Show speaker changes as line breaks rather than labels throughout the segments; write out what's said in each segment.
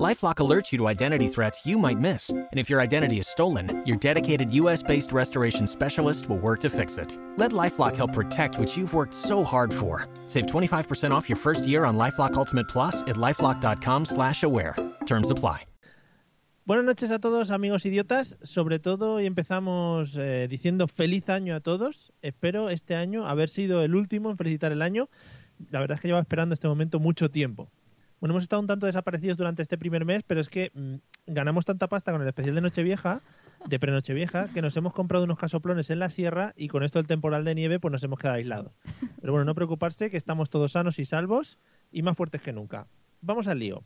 LifeLock alerts you to identity threats you might miss, and if your identity is stolen, your dedicated U.S.-based restoration specialist will work to fix it. Let LifeLock help protect what you've worked so hard for. Save 25% off your first year on LifeLock Ultimate Plus at lifeLock.com/aware. Terms apply.
Buenas noches a todos, amigos idiotas. Sobre todo, y empezamos eh, diciendo feliz año a todos. Espero este año haber sido el último en felicitar el año. La verdad es que llevo esperando este momento mucho tiempo. Bueno, hemos estado un tanto desaparecidos durante este primer mes, pero es que mm, ganamos tanta pasta con el especial de Nochevieja, de prenochevieja, que nos hemos comprado unos casoplones en la sierra y con esto el temporal de nieve pues nos hemos quedado aislados. Pero bueno, no preocuparse que estamos todos sanos y salvos y más fuertes que nunca. Vamos al lío.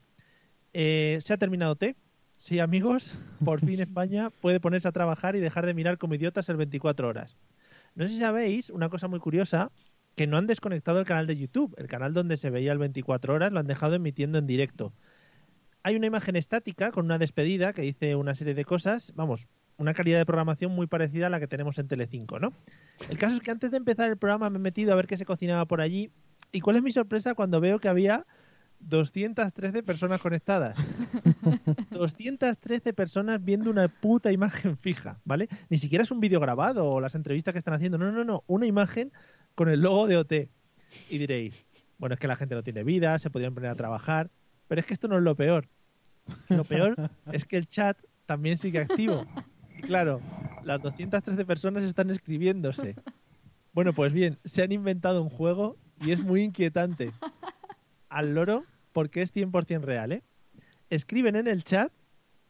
Eh, Se ha terminado T. Sí, amigos, por fin España puede ponerse a trabajar y dejar de mirar como idiotas el 24 horas. No sé si sabéis una cosa muy curiosa, que no han desconectado el canal de YouTube, el canal donde se veía el 24 horas, lo han dejado emitiendo en directo. Hay una imagen estática con una despedida que dice una serie de cosas, vamos, una calidad de programación muy parecida a la que tenemos en Telecinco, ¿no? El caso es que antes de empezar el programa me he metido a ver qué se cocinaba por allí y cuál es mi sorpresa cuando veo que había 213 personas conectadas. 213 personas viendo una puta imagen fija, ¿vale? Ni siquiera es un vídeo grabado o las entrevistas que están haciendo. No, no, no. Una imagen con el logo de OT. Y diréis, bueno, es que la gente no tiene vida, se podrían poner a trabajar. Pero es que esto no es lo peor. Lo peor es que el chat también sigue activo. Y claro, las 213 personas están escribiéndose. Bueno, pues bien, se han inventado un juego y es muy inquietante. Al loro, porque es 100% real, ¿eh? Escriben en el chat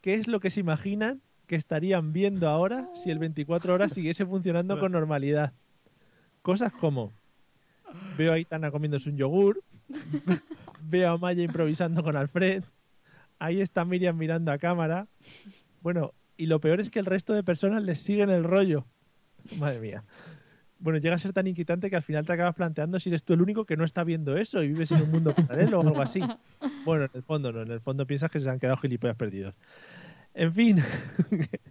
qué es lo que se imaginan que estarían viendo ahora si el 24 horas siguiese funcionando con normalidad. Cosas como, veo a Itana comiéndose un yogur, veo a Maya improvisando con Alfred, ahí está Miriam mirando a cámara. Bueno, y lo peor es que el resto de personas les siguen el rollo. Madre mía. Bueno, llega a ser tan inquietante que al final te acabas planteando si eres tú el único que no está viendo eso y vives en un mundo paralelo o algo así. Bueno, en el fondo no, en el fondo piensas que se han quedado gilipollas perdidos. En fin,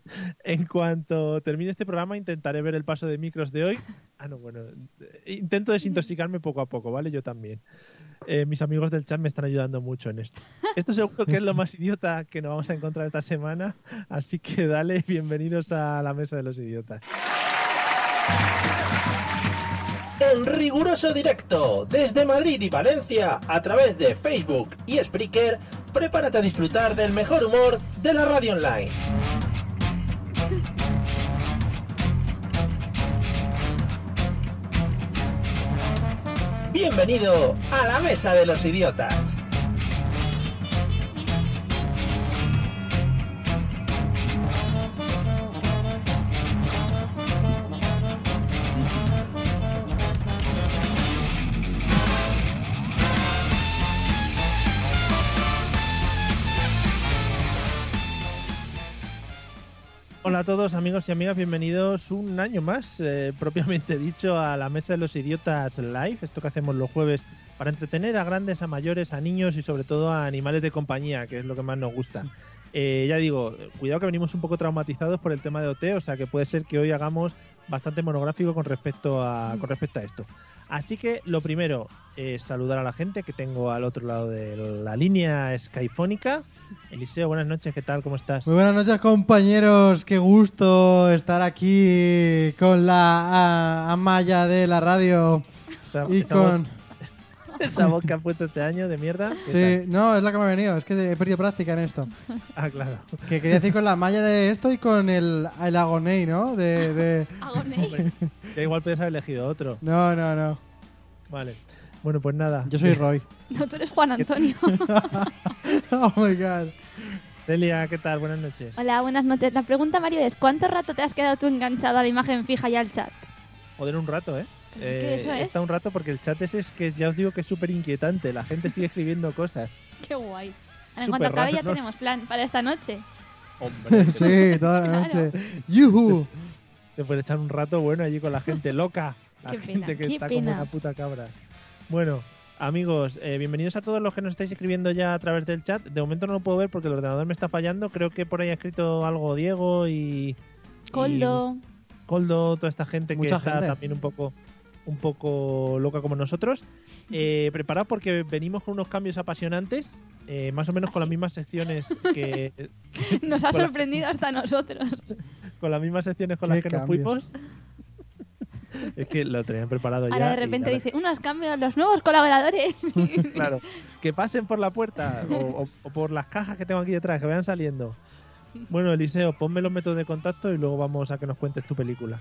en cuanto termine este programa intentaré ver el paso de micros de hoy. Ah, no, bueno, eh, intento desintoxicarme poco a poco, ¿vale? Yo también. Eh, mis amigos del chat me están ayudando mucho en esto. Esto seguro que es lo más idiota que nos vamos a encontrar esta semana, así que dale, bienvenidos a la mesa de los idiotas.
En riguroso directo desde Madrid y Valencia a través de Facebook y Spreaker, prepárate a disfrutar del mejor humor de la radio online. Bienvenido a la Mesa de los Idiotas.
Hola a todos amigos y amigas, bienvenidos un año más, eh, propiamente dicho, a la Mesa de los Idiotas Live, esto que hacemos los jueves para entretener a grandes, a mayores, a niños y sobre todo a animales de compañía, que es lo que más nos gusta. Eh, ya digo, cuidado que venimos un poco traumatizados por el tema de OT, o sea que puede ser que hoy hagamos bastante monográfico con respecto a, con respecto a esto. Así que lo primero es saludar a la gente que tengo al otro lado de la línea skyfónica. Eliseo, buenas noches, ¿qué tal? ¿Cómo estás?
Muy buenas noches compañeros, qué gusto estar aquí con la ah, Amaya de la radio
Esa-
y
esa
con...
voz- Esa voz que han puesto este año de mierda. ¿qué
Sí, no, es la que me ha venido, es que he perdido práctica en esto.
tal? Ah, claro.
Que quería decir con la Amaya de esto y con el, el Agonei, ¿no? De, de-
Agoné.
Ya igual podías haber elegido otro.
No, no, no.
Vale. Bueno, pues nada.
Yo soy Roy.
No, tú eres Juan Antonio.
Oh my god.
Celia, ¿qué tal? Buenas noches.
Hola, buenas noches. La pregunta, Mario, es ¿cuánto rato te has quedado tú enganchado a la imagen fija y al chat?
Joder, un rato, ¿eh?
Pues es que eso es.
Está un rato porque el chat ese es que ya os digo que es súper inquietante. La gente sigue escribiendo cosas.
Qué guay. Ahora,
Súper
en cuanto acabe
raro,
ya
¿no?
tenemos plan para esta noche.
Hombre,
Sí, toda la noche. Yuhu.
Te puedes echar un rato bueno allí con la gente loca. La
Qué
gente
pena,
que
qué
está como
pena.
una puta cabra. Bueno, Amigos, eh, bienvenidos a todos los que nos estáis escribiendo ya a través del chat. De momento no lo puedo ver porque el ordenador me está fallando. Creo que por ahí ha escrito algo Diego y.
Coldo.
y Coldo, toda esta gente que
Mucha
está
gente.
también un poco un poco loca como nosotros. Eh, preparaos porque venimos con unos cambios apasionantes, eh, más o menos con las mismas secciones que
Nos ha
Con la-
sorprendido hasta nosotros.
con las mismas secciones con
Qué
las que
cambios.
nos fuimos. es que lo tenían preparado ya.
Ahora de
y
repente
ahora-
dice, unos cambios, los nuevos colaboradores.
Claro, que pasen por la puerta o, o- o por las cajas que tengo aquí detrás, que vayan saliendo. Bueno, Eliseo, ponme los métodos de contacto y luego vamos a que nos cuentes tu película.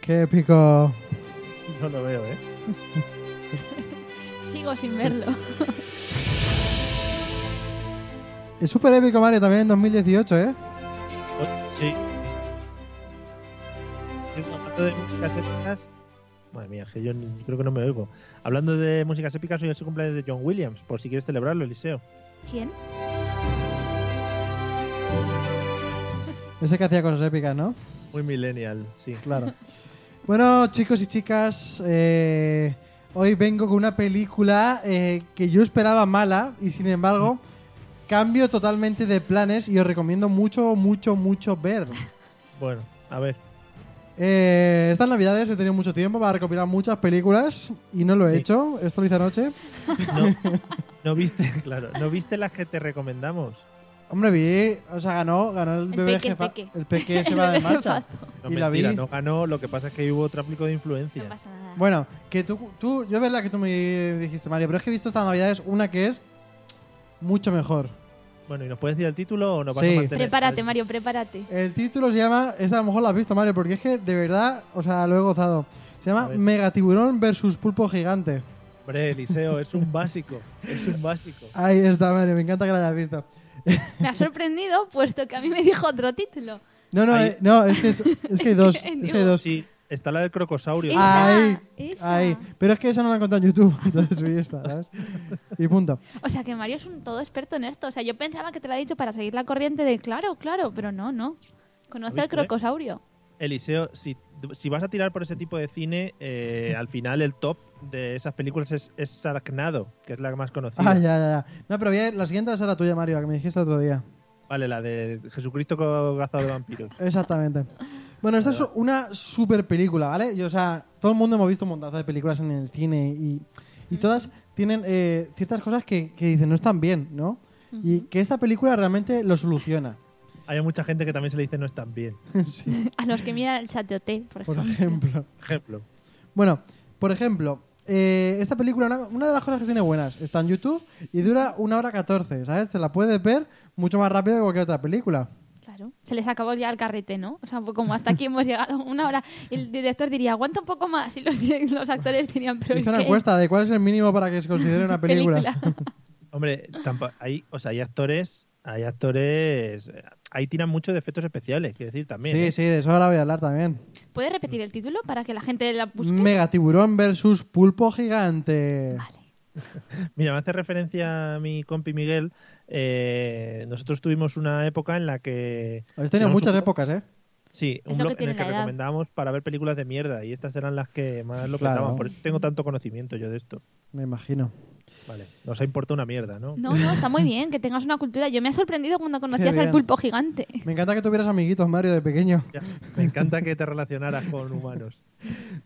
Qué épico.
No lo veo, ¿eh?
Sigo sin verlo.
Es súper épico Mario también en 2018, ¿eh?
O- Sí. sí. Y Hablando de músicas épicas. Madre mía, que yo ni- creo que no me oigo. Hablando de músicas épicas, hoy es el cumpleaños de John Williams, por si quieres celebrarlo, Eliseo.
¿Quién?
Ese que hacía cosas épicas, ¿no?
Muy millennial, sí.
Claro. bueno, chicos y chicas, eh, hoy vengo con una película eh, que yo esperaba mala y sin embargo cambio totalmente de planes y os recomiendo mucho, mucho, mucho ver.
Bueno, a ver.
Eh, estas navidades he tenido mucho tiempo para recopilar muchas películas y no lo he
Sí.
hecho. Esto lo hice anoche.
No, no viste, claro, no viste las que te recomendamos.
Hombre, vi, o sea, ganó, ganó el,
El
bebé
peque, el
jefa-
peque.
El peque se
El
va de
bebé
marcha.
jefazo.
No,
Y la
mentira,
vi.
no ganó, lo que pasa es que hubo tráfico de
No
influencia.
pasa nada.
Bueno, que tú, tú, yo es verdad que tú me dijiste, Mario, pero es que he visto estas navidades una que es mucho mejor.
Bueno, ¿y nos puedes decir el título o nos vas
Sí.
a mantener?
prepárate, Mario, prepárate.
El título se llama, esta a lo mejor la has visto, Mario, porque es que de verdad, o sea, lo he gozado. Se
A
llama
ver.
Megatiburón versus Pulpo Gigante.
Hombre, Eliseo, es un básico. Es un básico.
Ahí está, Mario, me encanta que la hayas visto.
Me ha sorprendido, puesto que a mí me dijo otro título.
No, no,
Ahí.
eh, no, es que, es, es que hay dos. es que hay dos.
Sí, está la del crocosaurio.
Esa,
Ahí,
esa.
ahí. Pero es que esa no la he encontrado en YouTube, entonces subí esta, ¿sabes? Y punto.
O sea que Mario es un todo experto en esto. O sea, yo pensaba que te lo ha dicho para seguir la corriente de claro, claro, pero no, no. Conoce
¿Lo
al
viste, eh?
crocosaurio.
Eliseo, si, si vas a tirar por ese tipo de cine, eh, al final el top de esas películas es, es Sharknado, que es la más conocida.
Ah, ya, ya, ya. No, pero bien, la siguiente es la tuya, Mario, la que me dijiste otro día.
Vale, la de Jesucristo cazado de vampiros.
Exactamente. Bueno, esta es una super película, ¿vale? Y, o sea, todo el mundo hemos visto un montazo de películas en el cine y, y todas tienen eh, ciertas cosas que, que dicen no están bien, ¿no? Y que esta película realmente lo soluciona.
Hay mucha gente que también se le dice no es tan bien.
Sí,
A los que miran el chat de OT, por
por
ejemplo.
ejemplo.
Ejemplo.
Bueno, por ejemplo, eh, esta película, una, una de las cosas que tiene buenas, está en YouTube y dura una hora 14, ¿sabes? Te la puedes ver mucho más rápido que cualquier otra película.
Claro. Se les acabó ya el carrete, ¿no? O sea, pues como hasta aquí hemos llegado una hora. El director diría, aguanta un poco más. Y los, direc- los actores dirían, pero.
Hice
¿y
una
qué?
encuesta de cuál es el mínimo para que se considere una película.
Hombre, tampa- hay, o sea, hay actores, hay actores, ahí tiran mucho de efectos especiales, quiero decir, también.
Sí,
¿eh?
sí, de eso ahora voy a hablar también.
¿Puedes repetir el título para que la gente la busque?
Mega tiburón versus pulpo gigante.
Vale.
Mira, me hace referencia a mi compi Miguel. eh, nosotros tuvimos una época en la que.
Habéis tenido
teníamos
muchas
un-
épocas, ¿eh?
Sí,
Es
un
lo
blog
que
en
tiene
el que
la edad.
recomendábamos para ver películas de mierda y estas eran las que más lo
Claro.
petaban. Por eso tengo tanto conocimiento yo de esto.
Me imagino.
Vale, nos ha importado una mierda, ¿no?
No, no, está muy bien que tengas una cultura. Yo me ha sorprendido cuando conocías
Qué
al
bien.
pulpo gigante.
Me encanta que tuvieras amiguitos, Mario, de pequeño.
Ya, me encanta que te relacionaras con humanos.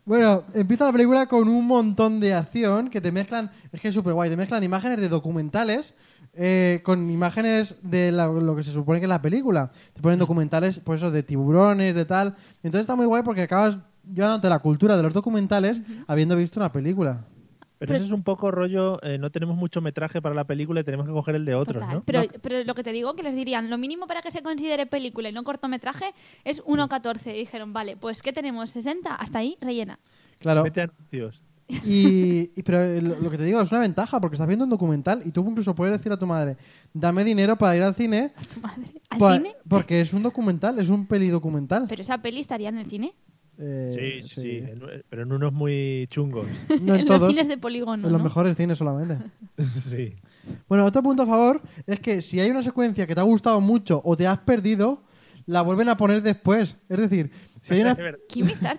Bueno, empieza la película con un montón de acción que te mezclan, es que es súper guay, te mezclan imágenes de documentales eh, con imágenes de la- lo que se supone que es la película. Te ponen documentales, pues eso, de tiburones, de tal. Entonces está muy guay porque acabas llevándote la cultura de los documentales habiendo visto una película.
Pero eso es un poco rollo, eh, no tenemos mucho metraje para la película y tenemos que coger el de otros,
Total.
¿no?
Pero, pero lo que te digo, que les dirían, lo mínimo para que se considere película y no cortometraje es 1.14. Y dijeron, vale, pues ¿qué tenemos? ¿60? Hasta ahí, rellena.
Claro.
Vete a anuncios.
Y, y- pero eh, lo, lo que te digo es una ventaja, porque estás viendo un documental y tú incluso puedes decir a tu madre, dame dinero para ir al cine,
tu madre. ¿Al
pa-
cine?
porque es un documental, es un pelidocumental.
¿Pero esa peli estaría en el cine?
Eh,
Sí, sí, sí, en- pero en unos muy chungos.
No en,
en
todos,
los cines de polígono,
en los
¿no?
mejores cines solamente.
sí.
Bueno, otro punto a favor es que si hay una secuencia que te ha gustado mucho o te has perdido, la vuelven a poner después. Es decir, si hay una...
De verdad.
¿Qué me estás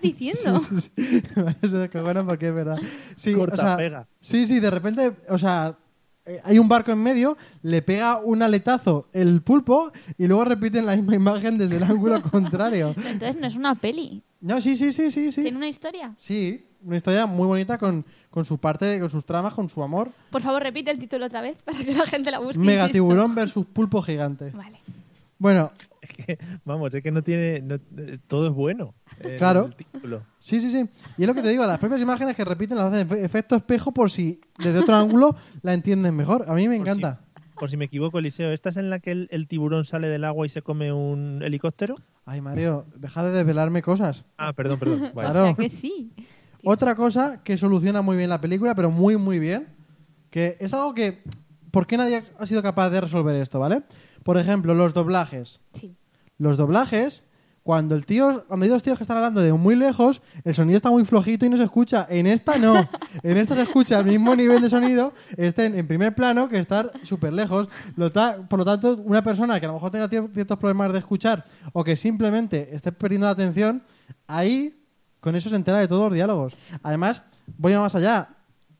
diciendo?
Sí, sí, sí. Vale, eso es que bueno, porque es verdad. Sí,
Corta,
o sea,
pega.
Sí, sí, de repente, o sea, eh, hay un barco en medio, le pega un aletazo el pulpo y luego repiten la misma imagen desde el ángulo contrario.
Pero entonces no es una peli.
No, sí, sí, sí, sí, sí.
¿Tiene una historia?
Sí, una historia muy bonita con, con su parte, con sus tramas, con su amor.
Por favor, repite el título otra vez para que la gente la busque.
Mega
insisto.
tiburón versus pulpo gigante.
Pues Vale.
Bueno,
Es que, vamos, es que no tiene. no- eh, todo es bueno. en
Claro.
el título.
sí, sí, sí. Y es lo que te digo, las propias imágenes que repiten las hacen efe- efecto espejo por si desde otro ángulo la entiendes mejor. A mí me
Por si-
encanta.
Por si me equivoco, Eliseo, ¿esta es en la que el, el tiburón sale del agua y se come un helicóptero?
Ay, Mario, deja de desvelarme cosas.
Ah, perdón, perdón. Vale.
Claro.
O sea que sí.
Otra cosa que soluciona muy bien la película, pero muy, muy bien, que es algo que... ¿Por qué nadie ha sido capaz de resolver esto, vale? Por ejemplo, los doblajes.
Sí.
Los doblajes, cuando el tío, cuando hay dos tíos que están hablando de muy lejos, el sonido está muy flojito y no se escucha. En esta no. En esta se escucha al mismo nivel de sonido, estén en primer plano que estar súper lejos. Lo ta- por lo tanto, una persona que a lo mejor tenga cier- ciertos problemas de escuchar o que simplemente esté perdiendo la atención, ahí con eso se entera de todos los diálogos. Además, voy más allá.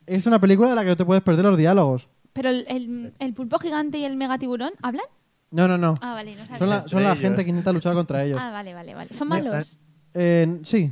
Es una película de la que no te puedes perder los diálogos.
¿Pero el, el- el pulpo gigante y el mega tiburón hablan?
No, no, no.
Ah, vale, no sabía.
Son la, son la
Entre
gente
ellos.
que intenta luchar contra ellos.
Ah, vale, vale, vale. ¿Son
Mira,
malos?
Eh, sí,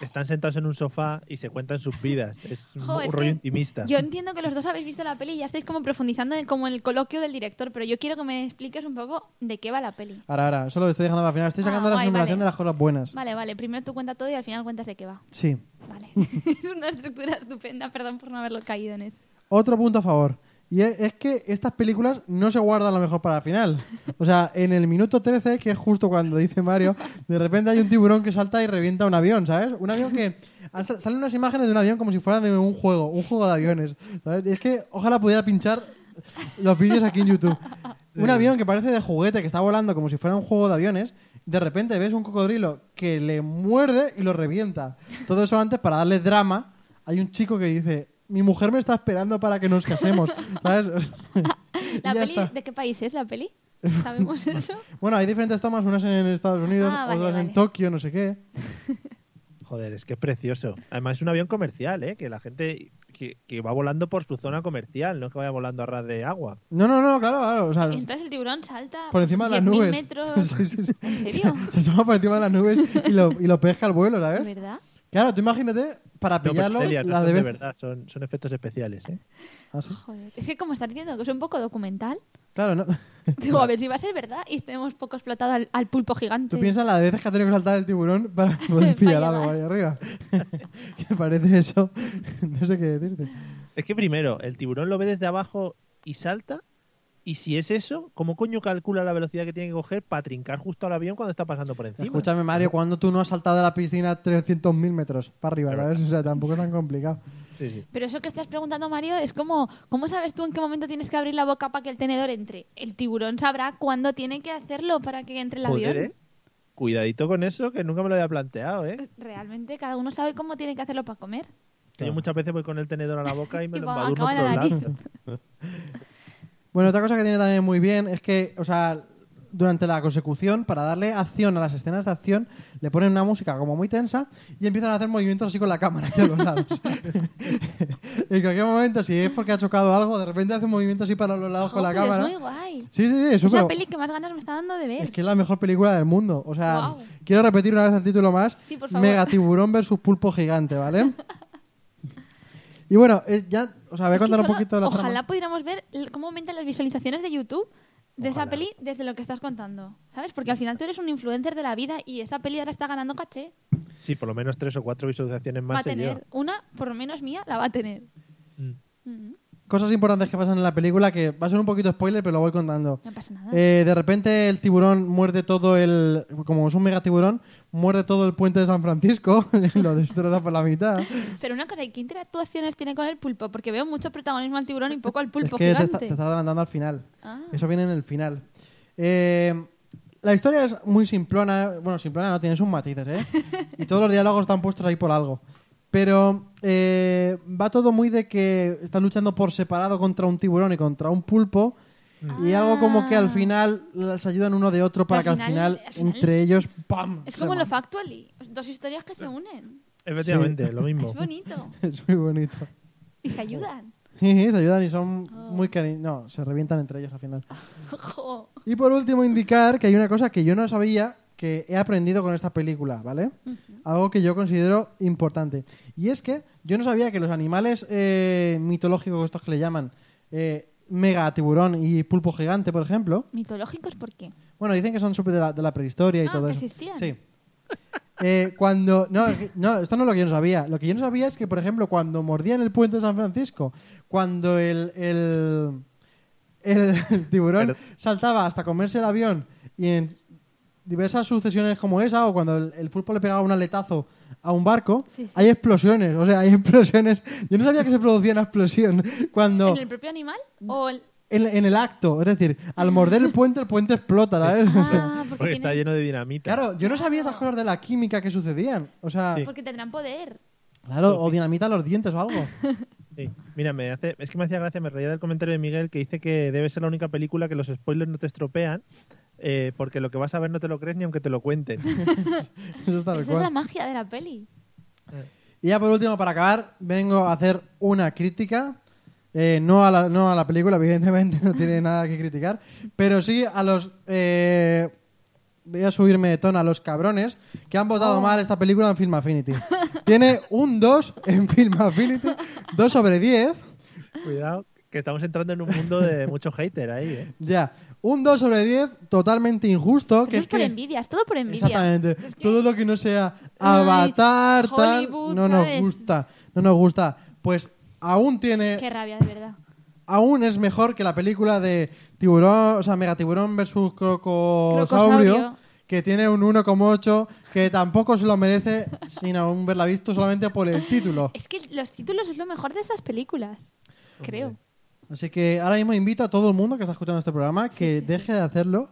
Están sentados en un sofá y se cuentan sus vidas. Es un,
Jo, es
rollo
que
intimista.
Yo entiendo que los dos habéis visto la peli y ya estáis como profundizando en, como en el coloquio del director, pero yo quiero que me expliques un poco de qué va la peli.
Ahora, ahora, solo estoy dejando para el final. Estoy
Ah,
sacando la
guay,
numeración
vale.
de las cosas buenas.
Vale, vale, primero tú cuenta todo y al final cuentas de qué va.
Sí.
Vale. es una estructura estupenda, perdón por no haberlo caído en eso.
Otro punto a favor. Y e- es que estas películas no se guardan lo mejor para el final. O sea, en el minuto 13, que es justo cuando dice Mario, de repente hay un tiburón que salta y revienta un avión, ¿sabes? Un avión que... han sal- Salen unas imágenes de un avión como si fueran de un juego, un juego de aviones. ¿sabes? Y es que ojalá pudiera pinchar los vídeos aquí en YouTube. Un avión que parece de juguete, que está volando como si fuera un juego de aviones, de repente ves un cocodrilo que le muerde y lo revienta. Todo eso antes para darle drama. Hay un chico que dice, mi mujer me está esperando para que nos casemos. ¿Sabes? Y
¿La
ya
peli
está.
de qué país es la peli? ¿Sabemos eso?
Bueno, hay diferentes tomas, unas en Estados Unidos,
Ah, vale,
otras en
vale.
Tokio, no sé qué.
Joder, es que es precioso. Además, es un avión comercial, ¿eh? Que la gente. Que, que va volando por su zona comercial, no que vaya volando a ras de agua.
No, no, no, claro, claro. o sea,
Entonces el tiburón salta
por encima de las
10.000
nubes.
metros.
Sí, sí, sí.
¿En serio?
Se asoma por encima de las nubes y lo, y lo pesca al vuelo, ¿sabes?
¿Verdad?
Claro, tú imagínate, para
No, pero
pillarlo,
Celia, no
las
son
de
de
vez-
verdad, son, son efectos especiales, ¿eh?
Ah, sí.
Joder. Es que como estás diciendo que es un poco documental,
Claro, no.
digo, a ver si va a ser verdad y tenemos poco explotado al, al pulpo gigante.
Tú piensas las veces que ha tenido que saltar el tiburón para poder pillar
Para
algo
llegar.
ahí arriba. que parece eso. no sé qué decirte.
Es que primero, el tiburón lo ve desde abajo y salta. Y si es eso, ¿cómo coño calcula la velocidad que tiene que coger para trincar justo al avión cuando está pasando por encima?
Escúchame, Mario, cuando tú no has saltado a la piscina 300.000 metros para arriba, ¿sabes? O sea, tampoco es tan complicado.
Sí, sí.
Pero eso que estás preguntando, Mario, es como, ¿cómo sabes tú en qué momento tienes que abrir la boca para que el tenedor entre? El tiburón sabrá cuándo tiene que hacerlo para que entre el
Joder,
avión.
¿eh? Cuidadito con eso, que nunca me lo había planteado, ¿eh?
Realmente cada uno sabe cómo tiene que hacerlo para comer.
Yo muchas veces voy con el tenedor a la boca y me
Y
lo
va,
embadurno por
acaba en la
los
nariz.
lados.
Bueno, otra cosa que tiene también muy bien es que, o sea, durante la consecución, para darle acción a las escenas de acción, le ponen una música como muy tensa y empiezan a hacer movimientos así con la cámara hacia los lados. en cualquier momento, si es porque ha chocado algo, de repente hace un movimiento así para los lados
Jo,
con la
pero
cámara.
Es muy guay.
Sí, sí, sí, es
Es la
súper-
peli que más ganas me está dando de ver.
Es que es la mejor película del mundo. O sea,
Guau.
quiero repetir una vez el título más.
Sí, por favor.
Mega tiburón versus pulpo gigante, ¿vale? y bueno, eh, ya, o sea, voy a
Es que
contar un
solo-
poquito de la
Ojalá
trama.
pudiéramos ver l- cómo aumentan las visualizaciones de YouTube de esa
Ojalá.
peli desde lo que estás contando. ¿Sabes? Porque al final tú eres un influencer de la vida y esa peli ahora está ganando caché.
Sí, por lo menos tres o cuatro visualizaciones
Va a
más. seguido.
tener una, por lo menos mía, la va a tener.
Mm.
Mm.
cosas importantes que pasan en la película que va a ser un poquito spoiler, pero lo voy contando.
No pasa nada.
Eh, de repente el tiburón muerde todo el... Como es un mega tiburón, muerde todo el puente de San Francisco, lo destroza por la mitad.
Pero una cosa, ¿y qué interactuaciones tiene con el pulpo? Porque veo mucho protagonismo al tiburón y poco al
Es
pulpo
que te
gigante.
está, te está adelantando al final.
Ah.
Eso viene en el final. Eh, la historia es muy simplona. Bueno, simplona no, tiene sus matices, ¿eh? y todos los diálogos están puestos ahí por algo. Pero eh, va todo muy de que están luchando por separado contra un tiburón y contra un pulpo. Y
Ah.
algo como que al final las ayudan uno de otro para que
Al
al final,
final- al final
entre
es-
ellos, ¡pam!
Es
se
como
van.
lo factually. Dos historias que se unen.
Efectivamente, lo mismo.
Es bonito.
Es muy bonito.
Y se ayudan.
se ayudan y son muy cariñosos. No, se revientan entre ellos al final.
Jo.
Y por último, indicar que hay una cosa que yo no sabía que he aprendido con esta película, ¿vale? Algo que yo considero importante. Y es que yo no sabía que los animales eh, mitológicos, estos que le llaman eh, mega tiburón y pulpo gigante, por ejemplo,
¿Mitológicos por qué?
bueno, dicen que son súper de la, de la prehistoria y
Ah,
todo
que
eso.
existían.
Sí. Eh, cuando. No, es que- no, esto no es lo que yo no sabía. Lo que yo no sabía es que, por ejemplo, cuando mordían el puente de San Francisco, cuando el. el, el- el tiburón
Pero-
saltaba hasta comerse el avión y en diversas sucesiones como esa, o cuando el, el pulpo le pegaba un aletazo a un barco,
Sí, sí.
hay explosiones. O sea, hay explosiones. Yo no sabía que se producía una explosión. Cuando
¿En el propio animal? ¿O el...
en, en el acto, es decir, al morder el puente, el puente explota, ¿sabes? O sea,
Ah, porque,
Porque está
tienen-
lleno de dinamita.
Claro, yo no sabía esas cosas de la química que sucedían. O sea,
Sí.
porque tendrán poder.
claro, o dinamita los dientes o algo.
Sí. Mira, me hace, es que me hacía gracia, me reía del comentario de Miguel que dice que debe ser la única película que los spoilers no te estropean, eh, porque lo que vas a ver no te lo crees ni aunque te lo cuenten.
Eso es tal
Esa es
cual.
la magia de la peli.
Y ya por último, para acabar, vengo a hacer una crítica. Eh, no, a la, no a la película, evidentemente, no tiene nada que criticar. Pero sí a los. eh, voy a subirme de tono a los cabrones que han
Oh.
votado mal esta película en Film Affinity. tiene un 2 en Film Affinity, 2 sobre 10.
Cuidado, que estamos entrando en un mundo de mucho hater ahí, ¿eh?
Ya, un 2 sobre 10, totalmente injusto.
Pero
que
eso
es
es por
que,
envidia, es todo por envidia.
Exactamente.
Es que-
Todo lo que no sea Avatar, tal,
Hollywood,
no nos
¿sabes?
gusta. No nos gusta. Pues aún
Qué
tiene,
rabia, de verdad.
aún es mejor que la película de Tiburón, o sea, Mega Tiburón versus Crocosaurio,
Crocosaurio.
que tiene un 1,8, que tampoco se lo merece sin aún haberla visto solamente por el título.
Es que los títulos es lo mejor de estas películas. Creo.
Así que ahora mismo invito a todo el mundo que está escuchando este programa que deje de hacerlo,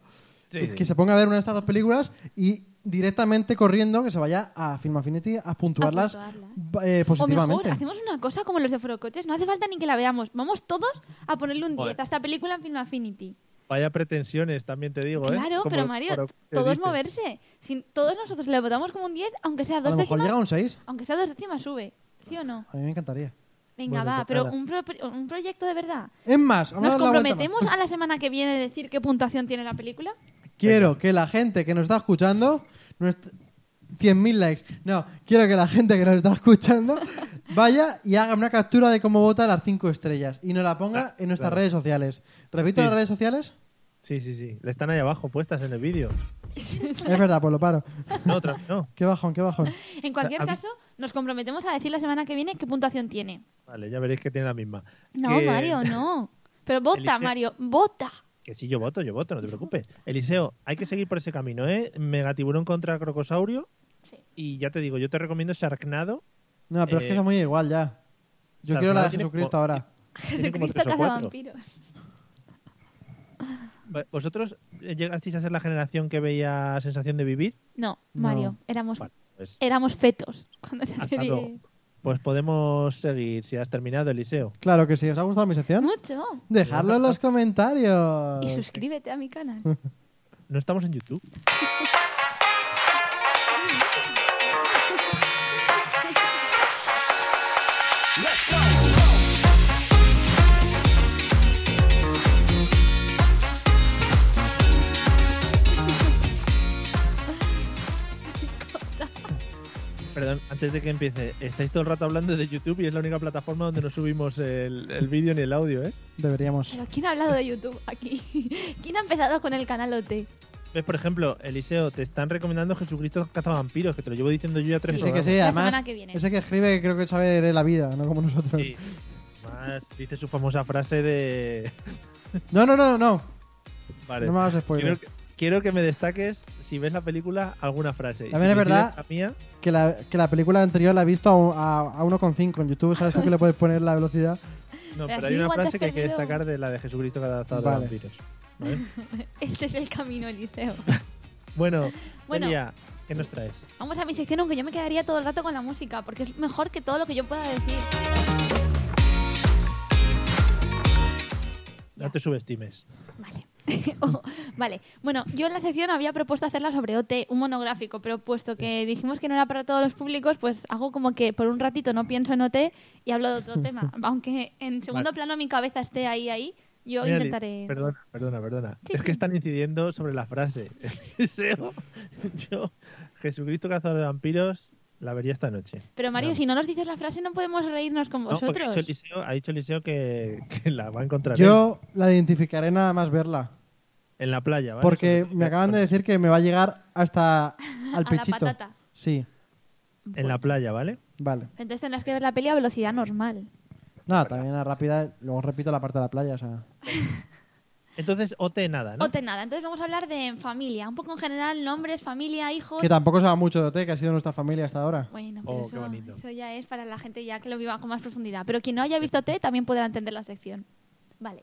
que, que se ponga a ver una de estas dos películas y directamente corriendo que se vaya a Film Affinity a puntuarlas,
A puntuarlas.
ba- eh,
O mejor,
positivamente.
hacemos una cosa como los de Forocoches, no hace falta ni que la veamos. Vamos todos a ponerle un 10 a esta película en Film Affinity.
Vaya pretensiones, también te digo, ¿eh?
Claro,
Como-
pero Mario,
para- te
todos
dicen.
moverse. Si todos nosotros le votamos como un 10, aunque sea
a
dos
lo mejor
décimas,
llega a un 6.
aunque sea dos décimas sube. ¿Sí o no?
A mí me encantaría.
Venga,
Bueno,
va,
pues
pero
nada.
un, pro- un proyecto de verdad.
Es más, vamos
¿Nos
a dar la vuelta más.
comprometemos a la semana que viene a decir qué puntuación tiene la película?
Quiero que la gente que nos está escuchando, nuestro- 100.000 likes. No, quiero que la gente que nos está escuchando vaya y haga una captura de cómo vota las 5 estrellas y nos la ponga en nuestras
Ah, claro.
redes sociales. Repito
Sí.
las redes sociales.
Sí, sí, sí. Le están ahí abajo puestas en el vídeo.
Es verdad, pues lo paro.
No, otras no.
Qué bajón, qué bajón.
En cualquier
A mí-
caso, nos comprometemos a decir la semana que viene qué puntuación tiene.
Vale, ya veréis que tiene la misma.
No,
Que-
Mario, no. Pero vota,
Elige-
Mario, vota.
Que sí, yo voto, yo voto, no te preocupes. Eliseo, hay que seguir por ese camino, ¿eh? Megatiburón contra Crocosaurio.
Sí.
Y ya te digo, yo te recomiendo Sarknado.
No, pero es
Eh, Oh,
que eso es muy igual ya. Yo
Sarnado
quiero la de
tiene
Jesucristo
po-
ahora.
Tiene como
Jesucristo
tres o cuatro.
cazavampiros.
Va- ¿Vosotros eh, llegasteis a ser la generación que veía Sensación de Vivir?
No, Mario, éramos,
Vale, pues,
éramos fetos cuando esa
hasta
serie...
luego. Pues podemos seguir, si has terminado, Eliseo.
Claro que sí. ¿Os ha gustado mi sección?
Mucho.
Dejadlo en los
Ah,
comentarios.
Y suscríbete a mi canal.
No estamos en YouTube. Perdón, antes de que empiece, estáis todo el rato hablando de YouTube y es la única plataforma donde no subimos el, el vídeo ni el audio, ¿eh?
Deberíamos.
Pero ¿quién ha hablado de YouTube aquí? ¿Quién ha empezado con el canal OT?
¿Ves, por ejemplo, Eliseo, te están recomendando Jesucristo cazavampiros, que te lo llevo diciendo yo ya tres
Sí, que
programas.
sí,
La
además.
semana que viene.
Ese que escribe creo que sabe de la vida, no como nosotros.
Sí. Además, dice su famosa frase de.
No, no, no, no.
Vale.
No me hagas spoiler.
quiero, que, quiero que me destaques, si ves la película, alguna frase. Y
También
si
es
me pides
verdad-
La mía,
Que la, que la película anterior la he visto a, un- a, a 1,5 en YouTube. ¿Sabes tú que le puedes poner la velocidad?
no,
Pero
pero,
así
hay una
igual te has
frase que hay que
perdido-
destacar de la de Jesucristo que ha adaptado a
Vale.
los vampiros.
Este es el camino, Eliseo.
Bueno,
Bueno.
Elia, ¿qué nos traes?
Vamos a mi sección, aunque yo me quedaría todo el rato con la música, porque es mejor que todo lo que yo pueda decir.
No te subestimes.
Vale. Oh, vale. Bueno, yo en la sección había propuesto hacerla sobre OT, un monográfico, pero puesto que dijimos que no era para todos los públicos, pues hago como que por un ratito no pienso en OT y hablo de otro tema. Aunque en segundo
Vale.
plano mi cabeza esté ahí, ahí,
Mira,
yo
Eli,
intentaré...
Perdona, perdona, perdona.
Sí,
es
sí.
que están incidiendo sobre la frase. Eliseo, yo, Jesucristo cazador de vampiros, la vería esta noche.
Pero Mario,
No.
si no nos dices la frase no podemos reírnos con
No, porque ha
vosotros.
dicho Eliseo, ha dicho Eliseo que, que la va a encontrar él,
Yo la identificaré nada más verla.
en la playa. ¿vale?
Porque
Sobre-
me acaban de decir que me va a llegar hasta al
la
pechito.
patata.
Sí,
En la playa, ¿vale?
vale.
Entonces tendrás que ver la peli a velocidad normal.
Nada, también a rápida. Luego repito la parte de la playa. O sea.
Entonces, OT nada, ¿no?
OT nada. Entonces vamos a hablar de familia. Un poco en general, nombres, familia, hijos.
Que tampoco se va mucho de OT, que ha sido nuestra familia hasta ahora.
Bueno,
Oh,
pero
qué bonito.
eso, eso ya es para la gente ya que lo viva con más profundidad. Pero quien no haya visto T también podrá entender la sección. Vale.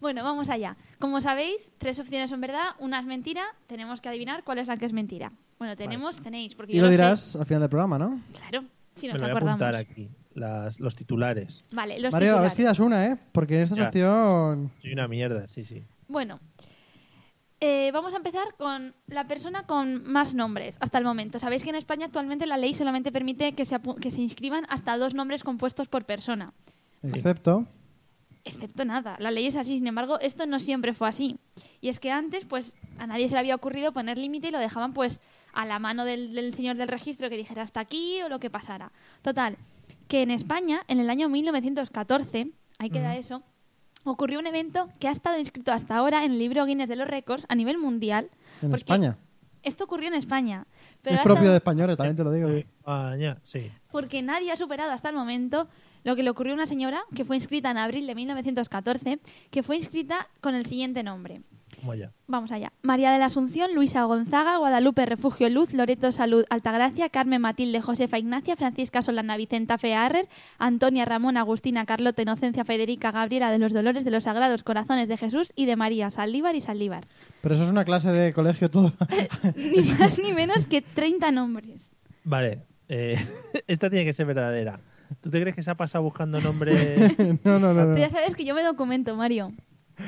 Bueno, vamos allá. Como sabéis, tres opciones son verdad, una es mentira. Tenemos que adivinar cuál es la que es mentira. Bueno, tenemos, tenéis, porque
Y
yo
lo
sé.
dirás al final del programa, ¿no?
Claro, si
me
nos
lo voy a apuntar
acordamos.
aquí, las, los titulares.
Vale, los
Mario, a ver
titulares.
si das una, ¿eh? Porque en esta
Ya.
sección.
Soy una mierda, sí, sí.
Bueno, eh, vamos a empezar con la persona con más nombres hasta el momento. Sabéis que en España actualmente la ley solamente permite que se, apu- que se inscriban hasta dos nombres compuestos por persona.
Excepto.
Excepto nada, la ley es así, sin embargo, esto no siempre fue así. Y es que antes, pues, a nadie se le había ocurrido poner límite y lo dejaban, pues, a la mano del, del señor del registro que dijera hasta aquí o lo que pasara. Total, que en España, en el año 1914, ahí queda eso, ocurrió un evento que ha estado inscrito hasta ahora en el libro Guinness de los Récords a nivel mundial.
En
porque
España.
Esto ocurrió en España. Pero
Es
ha
propio
estado-
de españoles, también te lo digo.
España, sí.
porque nadie ha superado hasta el momento lo que le ocurrió a una señora que fue inscrita en abril de 1914, que fue inscrita con el siguiente nombre.
Como ya.
Vamos allá. María de la Asunción, Luisa Gonzaga, Guadalupe Refugio Luz, Loreto Salud Altagracia, Carmen Matilde, Josefa Ignacia, Francisca Solana, Vicenta Fearrer, Antonia Ramón, Agustina Carlota, Inocencia Federica, Gabriela de los Dolores de los Sagrados Corazones de Jesús y de María Saldívar y Saldívar.
Pero eso es una clase de colegio todo.
Ni más ni menos que 30 nombres.
Vale, eh, esta tiene que ser verdadera. ¿Tú te crees que se ha pasado buscando nombres?
no, no, no, no.
Tú ya sabes que yo me documento, Mario.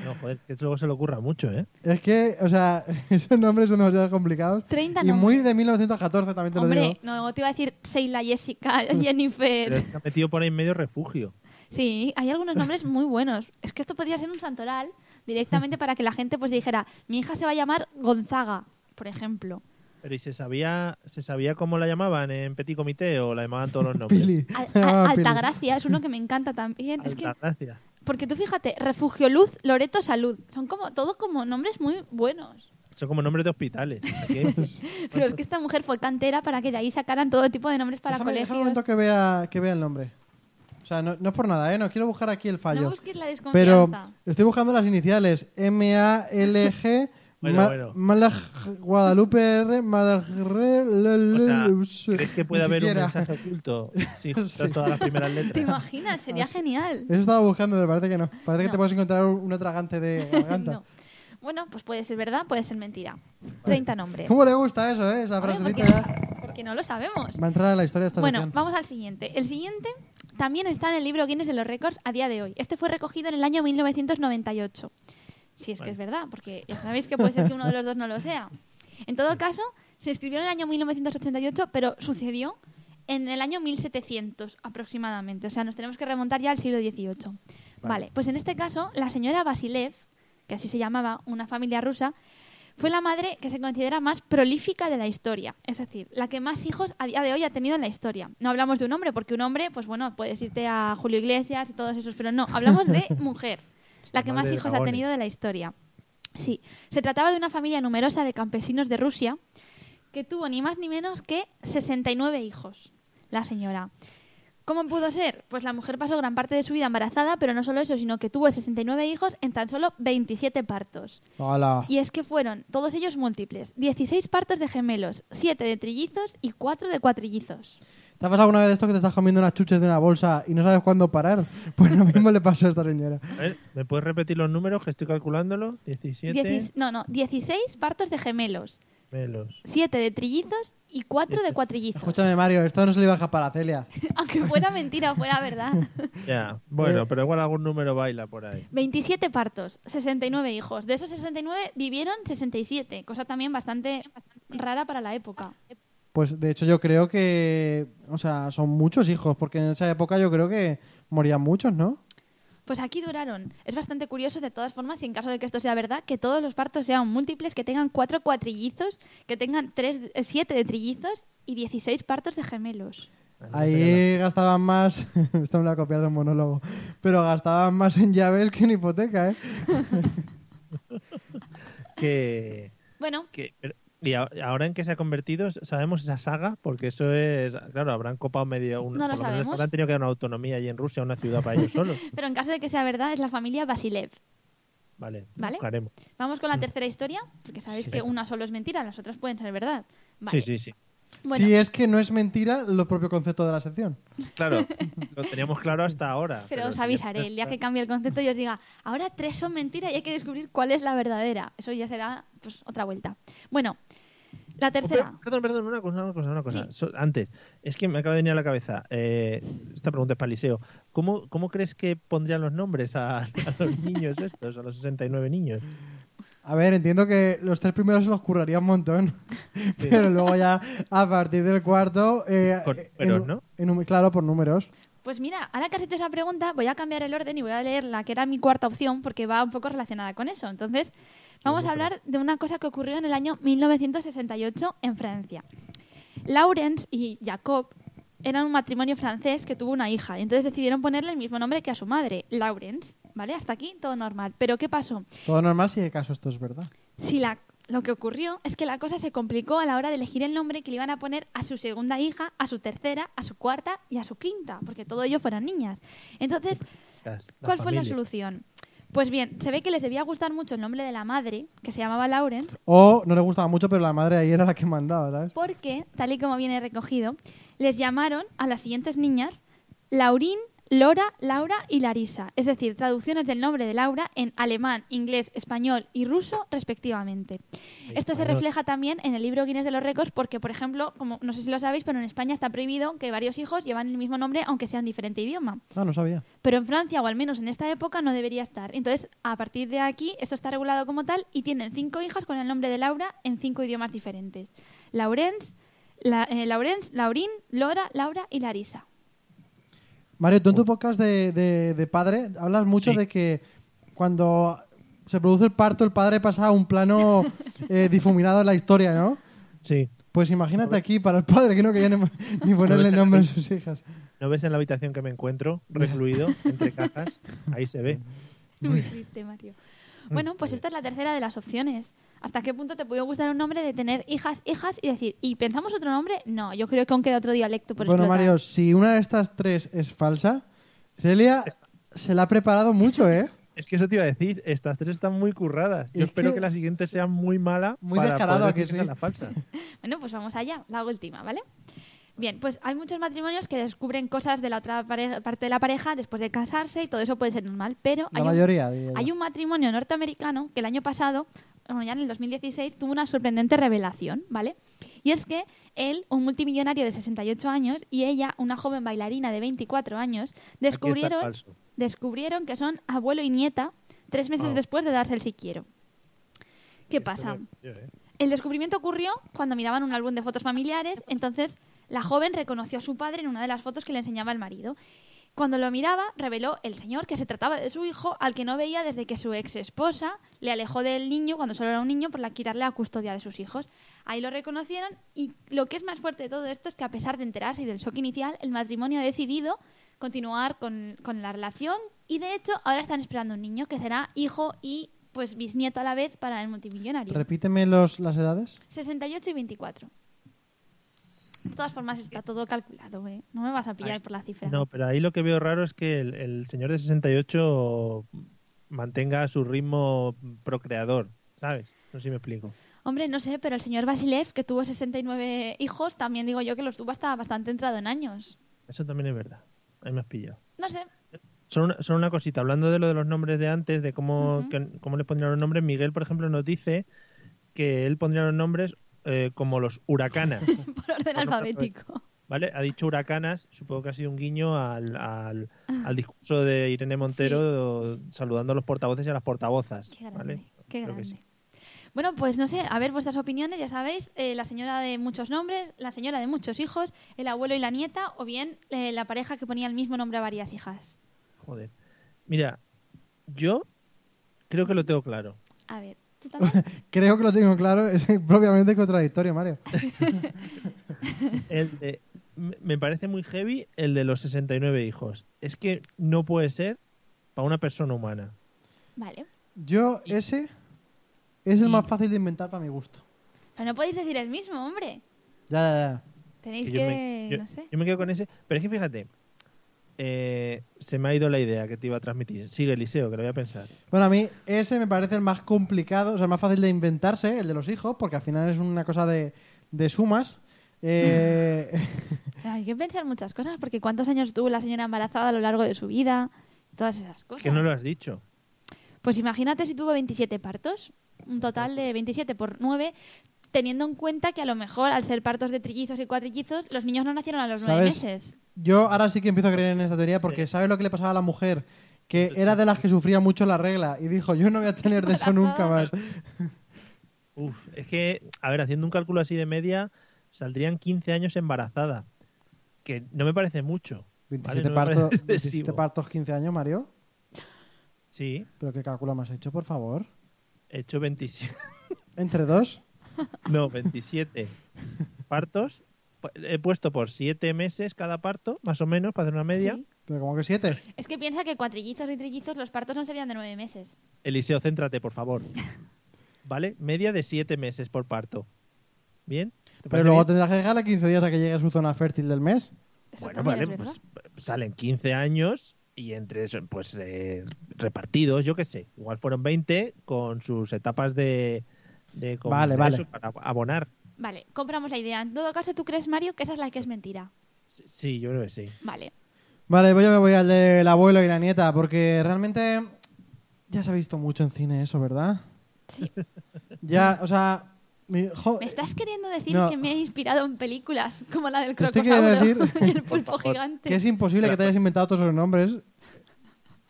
No, joder, que luego se le ocurra mucho, ¿eh?
Es que, o sea, esos nombres son demasiado complicados.
30
Y
nombres.
muy de 1914, también te lo
Hombre,
digo.
no, te iba a decir Sheila, Jessica,
Pero
Jennifer.
es que ha metido por ahí en medio refugio.
Sí, hay algunos nombres muy buenos. Es que esto podría ser un santoral directamente para que la gente pues dijera, mi hija se va a llamar Gonzaga, por ejemplo.
Pero ¿y se sabía, se sabía cómo la llamaban en Petit Comité o la llamaban todos los nombres?
Pili.
Al-
Me
a-
llamaba Pili.
Altagracia es uno que me encanta también. Es que,
Altagracia.
porque tú fíjate, Refugio Luz, Loreto Salud. Son como todos como nombres muy buenos.
Son como nombres de hospitales. Aquí-
Pero
pues
es que esta mujer fue cantera para que de ahí sacaran todo tipo de nombres para
Déjame, déjame un
colegios.
momento que vea, que vea el nombre. O sea, no, no es por nada, ¿eh? No quiero buscar aquí el fallo.
No busques la
Pero
desconfianza.
estoy buscando las iniciales. M-A-L-G.
Bueno,
Ma-
bueno.
Malaj- Guadalupe R. Madre,
O sea, ¿crees que puede haber un mensaje oculto si juntas
Sí.
todas las primeras
¿Te
letras?
imaginas? Sería genial.
Eso estaba buscando, pero parece que no. Parece que
No.
te puedes encontrar un- una tragante de garganta.
No. Bueno, pues puede ser verdad, puede ser mentira. 30 nombres.
¿Cómo le gusta eso, eh? Esa
Hombre,
frasecita ya.
porque, porque no lo sabemos.
Va a entrar en la historia de esta
Bueno,
sección.
vamos al siguiente. El siguiente también está en el libro Guinness de los récords a día de hoy. Este fue recogido en el año 1998. Si es que es verdad, porque ya sabéis que puede ser que uno de los dos no lo sea. En todo caso, se escribió en el año 1988, pero sucedió en el año 1700 aproximadamente. O sea, nos tenemos que remontar ya al siglo XVIII. Vale, pues en este caso, la señora Basilev, que así se llamaba, una familia rusa, fue la madre que se considera más prolífica de la historia, es decir, la que más hijos a día de hoy ha tenido en la historia. No hablamos de un hombre, porque un hombre, pues bueno, puedes irte a Julio Iglesias y todos esos, pero no, hablamos de mujer, la
La
que
madre
más
Pues de
hijos ha
dragones.
tenido de la historia. Sí, se trataba de una familia numerosa de campesinos de Rusia que tuvo ni más ni menos que 69 hijos, la señora. ¿Cómo pudo ser? Pues la mujer pasó gran parte de su vida embarazada, pero no solo eso, sino que tuvo 69 hijos en tan solo 27 partos.
Hola.
Y es que fueron, todos ellos múltiples, 16 partos de gemelos, 7 de trillizos y 4 de cuatrillizos.
¿Te ha pasado alguna vez de esto que te estás comiendo unas chuches de una bolsa y no sabes cuándo parar? Pues lo mismo le pasó a esta señora.
A ver, ¿Me puedes repetir los números que estoy calculándolo? 17
Diecis- no, no, 16 partos de gemelos,
menos.
7 de trillizos y 4 de cuatrillizos.
Escúchame, Mario, esto no se lo iba a escapar a Celia.
Aunque fuera mentira, fuera verdad.
Ya,
Eh.
bueno, pero igual algún número baila por ahí.
27 partos, 69 hijos. De esos 69 vivieron 67, cosa también bastante rara para la época.
Pues de hecho yo creo que... O sea, son muchos hijos, porque en esa época yo creo que morían muchos, ¿no?
Pues aquí duraron. Es bastante curioso, de todas formas, y en caso de que esto sea verdad, que todos los partos sean múltiples, que tengan cuatro cuatrillizos, que tengan tres, eh, siete de trillizos y 16 partos de gemelos.
Ahí gastaban más... esto me lo ha copiado de un monólogo. Pero gastaban más en llaves que en hipoteca, ¿eh?
Que,
Bueno,
que- pero- ¿Y a- ahora en qué se ha convertido? ¿Sabemos esa saga? Porque eso es. Claro, habrán copado medio. Un,
No lo
por menos
sabemos.
Habrán tenido que dar una autonomía allí en Rusia, una ciudad para ellos solos.
pero en caso de que sea verdad, es la familia Basilev.
Vale,
Vale.
buscaremos.
Vamos con la tercera historia, porque sabéis
Mm. Sí.
que una solo es mentira, las otras pueden ser verdad. Vale.
Sí, sí, sí.
Bueno,
Si es que no es mentira lo propio concepto de la sección.
Claro, lo teníamos claro hasta ahora.
pero os
si ya
avisaré
está-
el día que cambie el concepto y os diga, ahora tres son mentira y hay que descubrir cuál es la verdadera. Eso ya será pues, otra vuelta. Bueno, la
Oh,
tercera.
per- Perdón, perdón, una cosa, una cosa, una cosa. So- antes, es que me acaba de venir a la cabeza. eh, esta pregunta es para Eliseo. ¿Cómo, ¿Cómo crees que pondrían los nombres a, a los niños estos, a los 69 niños?
A ver, entiendo que los tres primeros se los curraría un montón. Pero luego ya, a partir del cuarto... eh,
Con
en-
números, ¿no?
en un- claro, por números.
Pues mira, ahora que has hecho esa pregunta, voy a cambiar el orden y voy a leer la que era mi cuarta opción porque va un poco relacionada con eso. Entonces, vamos a hablar de una cosa que ocurrió en el año 1968 en Francia. Laurence y Jacob eran un matrimonio francés que tuvo una hija, y entonces decidieron ponerle el mismo nombre que a su madre, Laurence, ¿vale? Hasta aquí todo normal. Pero ¿qué pasó?
Todo normal si de caso esto es verdad.
Si la, lo que ocurrió es que la cosa se complicó a la hora de elegir el nombre que le iban a poner a su segunda hija, a su tercera, a su cuarta y a su quinta, porque todo ello fueron niñas. Entonces,
Las- las
¿cuál fue la
familias.
solución? Pues bien, se ve que les debía gustar mucho el nombre de la madre, que se llamaba Lawrence,
O no le gustaba mucho, pero la madre ahí era la que mandaba, ¿sabes?
porque, tal y como viene recogido, les llamaron a las siguientes niñas Laurín, Lora, Laura y Larisa, es decir, traducciones del nombre de Laura en alemán, inglés, español y ruso, respectivamente. Esto se
claro.
refleja también en el libro Guinness de los Récords, porque, por ejemplo, como no sé si lo sabéis, pero en España está prohibido que varios hijos llevan el mismo nombre, aunque sea un diferente idioma.
Ah, no sabía.
Pero en Francia, o al menos en esta época, no debería estar. Entonces, a partir de aquí, esto está regulado como tal y tienen cinco hijas con el nombre de Laura en cinco idiomas diferentes. Laurence, la, eh, Laurence, Laurín, Lora, Laura y Larisa.
Mario, tú en tu podcast de, de- de padre hablas mucho
Sí.
de que cuando se produce el parto, el padre pasa a un plano eh, difuminado en la historia, ¿no?
Sí.
Pues imagínate aquí para el padre que no quería ni, ni ponerle
Pues,
nombre a
eh,
sus hijas.
¿No ves en la habitación que me encuentro, recluido, entre cajas? Ahí se ve.
Muy triste, Mario. Bueno, pues esta es la tercera de las opciones. ¿Hasta qué punto te puede gustar un nombre de tener hijas, hijas y decir, ¿y pensamos otro nombre? No, yo creo que aún queda otro dialecto por
Bueno,
explotar.
Mario, si una de estas tres es falsa, Celia se la ha preparado mucho, ¿eh?
Es que eso te iba a decir, estas tres están muy curradas. Yo
Es
espero
que-
que... la siguiente sea muy mala.
Muy
para
descarado,
poder
¿a que
decir
sí?
es la falsa.
Bueno, pues vamos allá, la última, ¿vale? Bien, pues hay muchos matrimonios que descubren cosas de la otra pare- parte de la pareja después de casarse y todo eso puede ser normal, pero
La
hay,
mayoría, diría
un,
yo.
hay un matrimonio norteamericano que el año pasado, bueno, ya en el 2016, tuvo una sorprendente revelación, ¿vale? Y es que él, un multimillonario de 68 años, y ella, una joven bailarina de 24 años,
Aquí está el
descubrieron,
falso.
descubrieron que son abuelo y nieta tres meses
Ah.
después de darse el si quiero. ¿Qué pasa?
Yo, ¿eh?
El descubrimiento ocurrió cuando miraban un álbum de fotos familiares, entonces la joven reconoció a su padre en una de las fotos que le enseñaba el marido. Cuando lo miraba, reveló el señor que se trataba de su hijo, al que no veía desde que su ex esposa le alejó del niño cuando solo era un niño por la quitarle la custodia de sus hijos. Ahí lo reconocieron y lo que es más fuerte de todo esto es que a pesar de enterarse y del shock inicial, el matrimonio ha decidido continuar con, con la relación y de hecho ahora están esperando un niño que será hijo y pues bisnieto a la vez para el multimillonario.
Repíteme los, las edades.
68 y 24. De todas formas, está todo calculado, ¿eh? No me vas a pillar por la cifra.
No, pero ahí lo que veo raro es que el, el señor de 68 mantenga su ritmo procreador, ¿sabes? No sé si me explico.
Hombre, no sé, pero el señor Basilev, que tuvo 69 hijos, también digo yo que los tuvo hasta bastante entrado en años.
Eso también es verdad. Ahí me has pillado.
No sé.
Solo una, solo una cosita, hablando de lo de los nombres de antes, de cómo,
Ujú.
que- cómo le pondrían los nombres, Miguel, por ejemplo, nos dice que él pondría los nombres eh, como los huracanas,
Por orden
Ah,
alfabético.
¿vale? Ha dicho huracanas, supongo que ha sido un guiño al, al, al discurso de Irene Montero saludando a los portavoces y a las portavozas,
Qué grande.
¿vale?
Qué
Creo que
grande.
sí.
Bueno, pues no sé, a ver vuestras opiniones, ya sabéis, eh, la señora de muchos nombres, la señora de muchos hijos, el abuelo y la nieta, o bien eh, la pareja que ponía el mismo nombre a varias hijas.
Joder. Mira, yo creo que lo tengo claro.
A ver, ¿tú también?
Creo que lo tengo claro, es propiamente contradictorio, Mario.
El de- me me parece muy heavy el de los 69 hijos. Es que no puede ser para una persona humana.
vale.
Yo, ese es el
y-
más fácil de inventar para mi gusto.
Pero no podéis decir el mismo, hombre.
Ya, ya, ya.
Tenéis
Que yo
que,
me- yo-
no sé.
Yo me quedo con ese. Pero es que fíjate, eh, se me ha ido la idea que te iba a transmitir. Sigue, Eliseo, que lo voy a pensar.
Bueno, a mí ese me parece el más complicado, o sea, el más fácil de inventarse, el de los hijos, porque al final es una cosa de, de sumas. Eh,
Pero hay que pensar muchas cosas, porque cuántos años tuvo la señora embarazada a lo largo de su vida, todas esas cosas.
Que no lo has dicho.
Pues imagínate si tuvo 27 partos, un total de 27 por 9, teniendo en cuenta que a lo mejor al ser partos de trillizos y cuatrillizos, los niños no nacieron a los 9
¿Sabes?
meses.
yo ahora sí que empiezo a creer en esta teoría, porque ¿sabes lo que le pasaba a la mujer? Que era de las que sufría mucho la regla y dijo, yo no voy a tener de eso nunca más.
Uf, es que, a ver, haciendo un cálculo así de media, saldrían 15 años embarazada. Que no me parece mucho. ¿vale? No
27,
me parece
partos,
excesivo.
27 partos, 15 años, Mario.
Sí,
¿Pero qué cálculo me has hecho, por favor?
he hecho 27.
¿Entre dos?
No, 27 partos. Pu- He puesto por 7 meses cada parto, más o menos, para hacer una media.
Sí.
¿Pero como que siete?
Es que piensa que cuatrillizos y trillizos los partos no serían de 9 meses.
Eliseo, céntrate, por favor. ¿Vale? Media de 7 meses por parto. ¿Bien? ¿Te
Pero
parece
luego
bien?
tendrás que dejarle 15 días a que llegue a su zona fértil del mes.
Eso
Bueno,
también
vale,
es verdad.
pues salen 15 años y entre eso, pues eh, repartidos, yo qué sé. Igual fueron 20 con sus etapas de. de con-
Vale, vale.
eso, Para abonar.
Vale, compramos la idea. En todo caso, ¿tú crees, Mario, que esa es la que es mentira?
Sí, yo creo que sí.
Vale.
Vale, pues yo me voy al del abuelo y la nieta, porque realmente ya se ha visto mucho en cine eso, ¿verdad?
Sí.
Ya, o sea... mi- jo-
¿Me estás queriendo decir
No. Pues
que me he inspirado en películas como la del
Te estoy queriendo
crocosauro
decir-
y el pulpo
favor,
gigante?
que es imposible que te hayas inventado todos los nombres.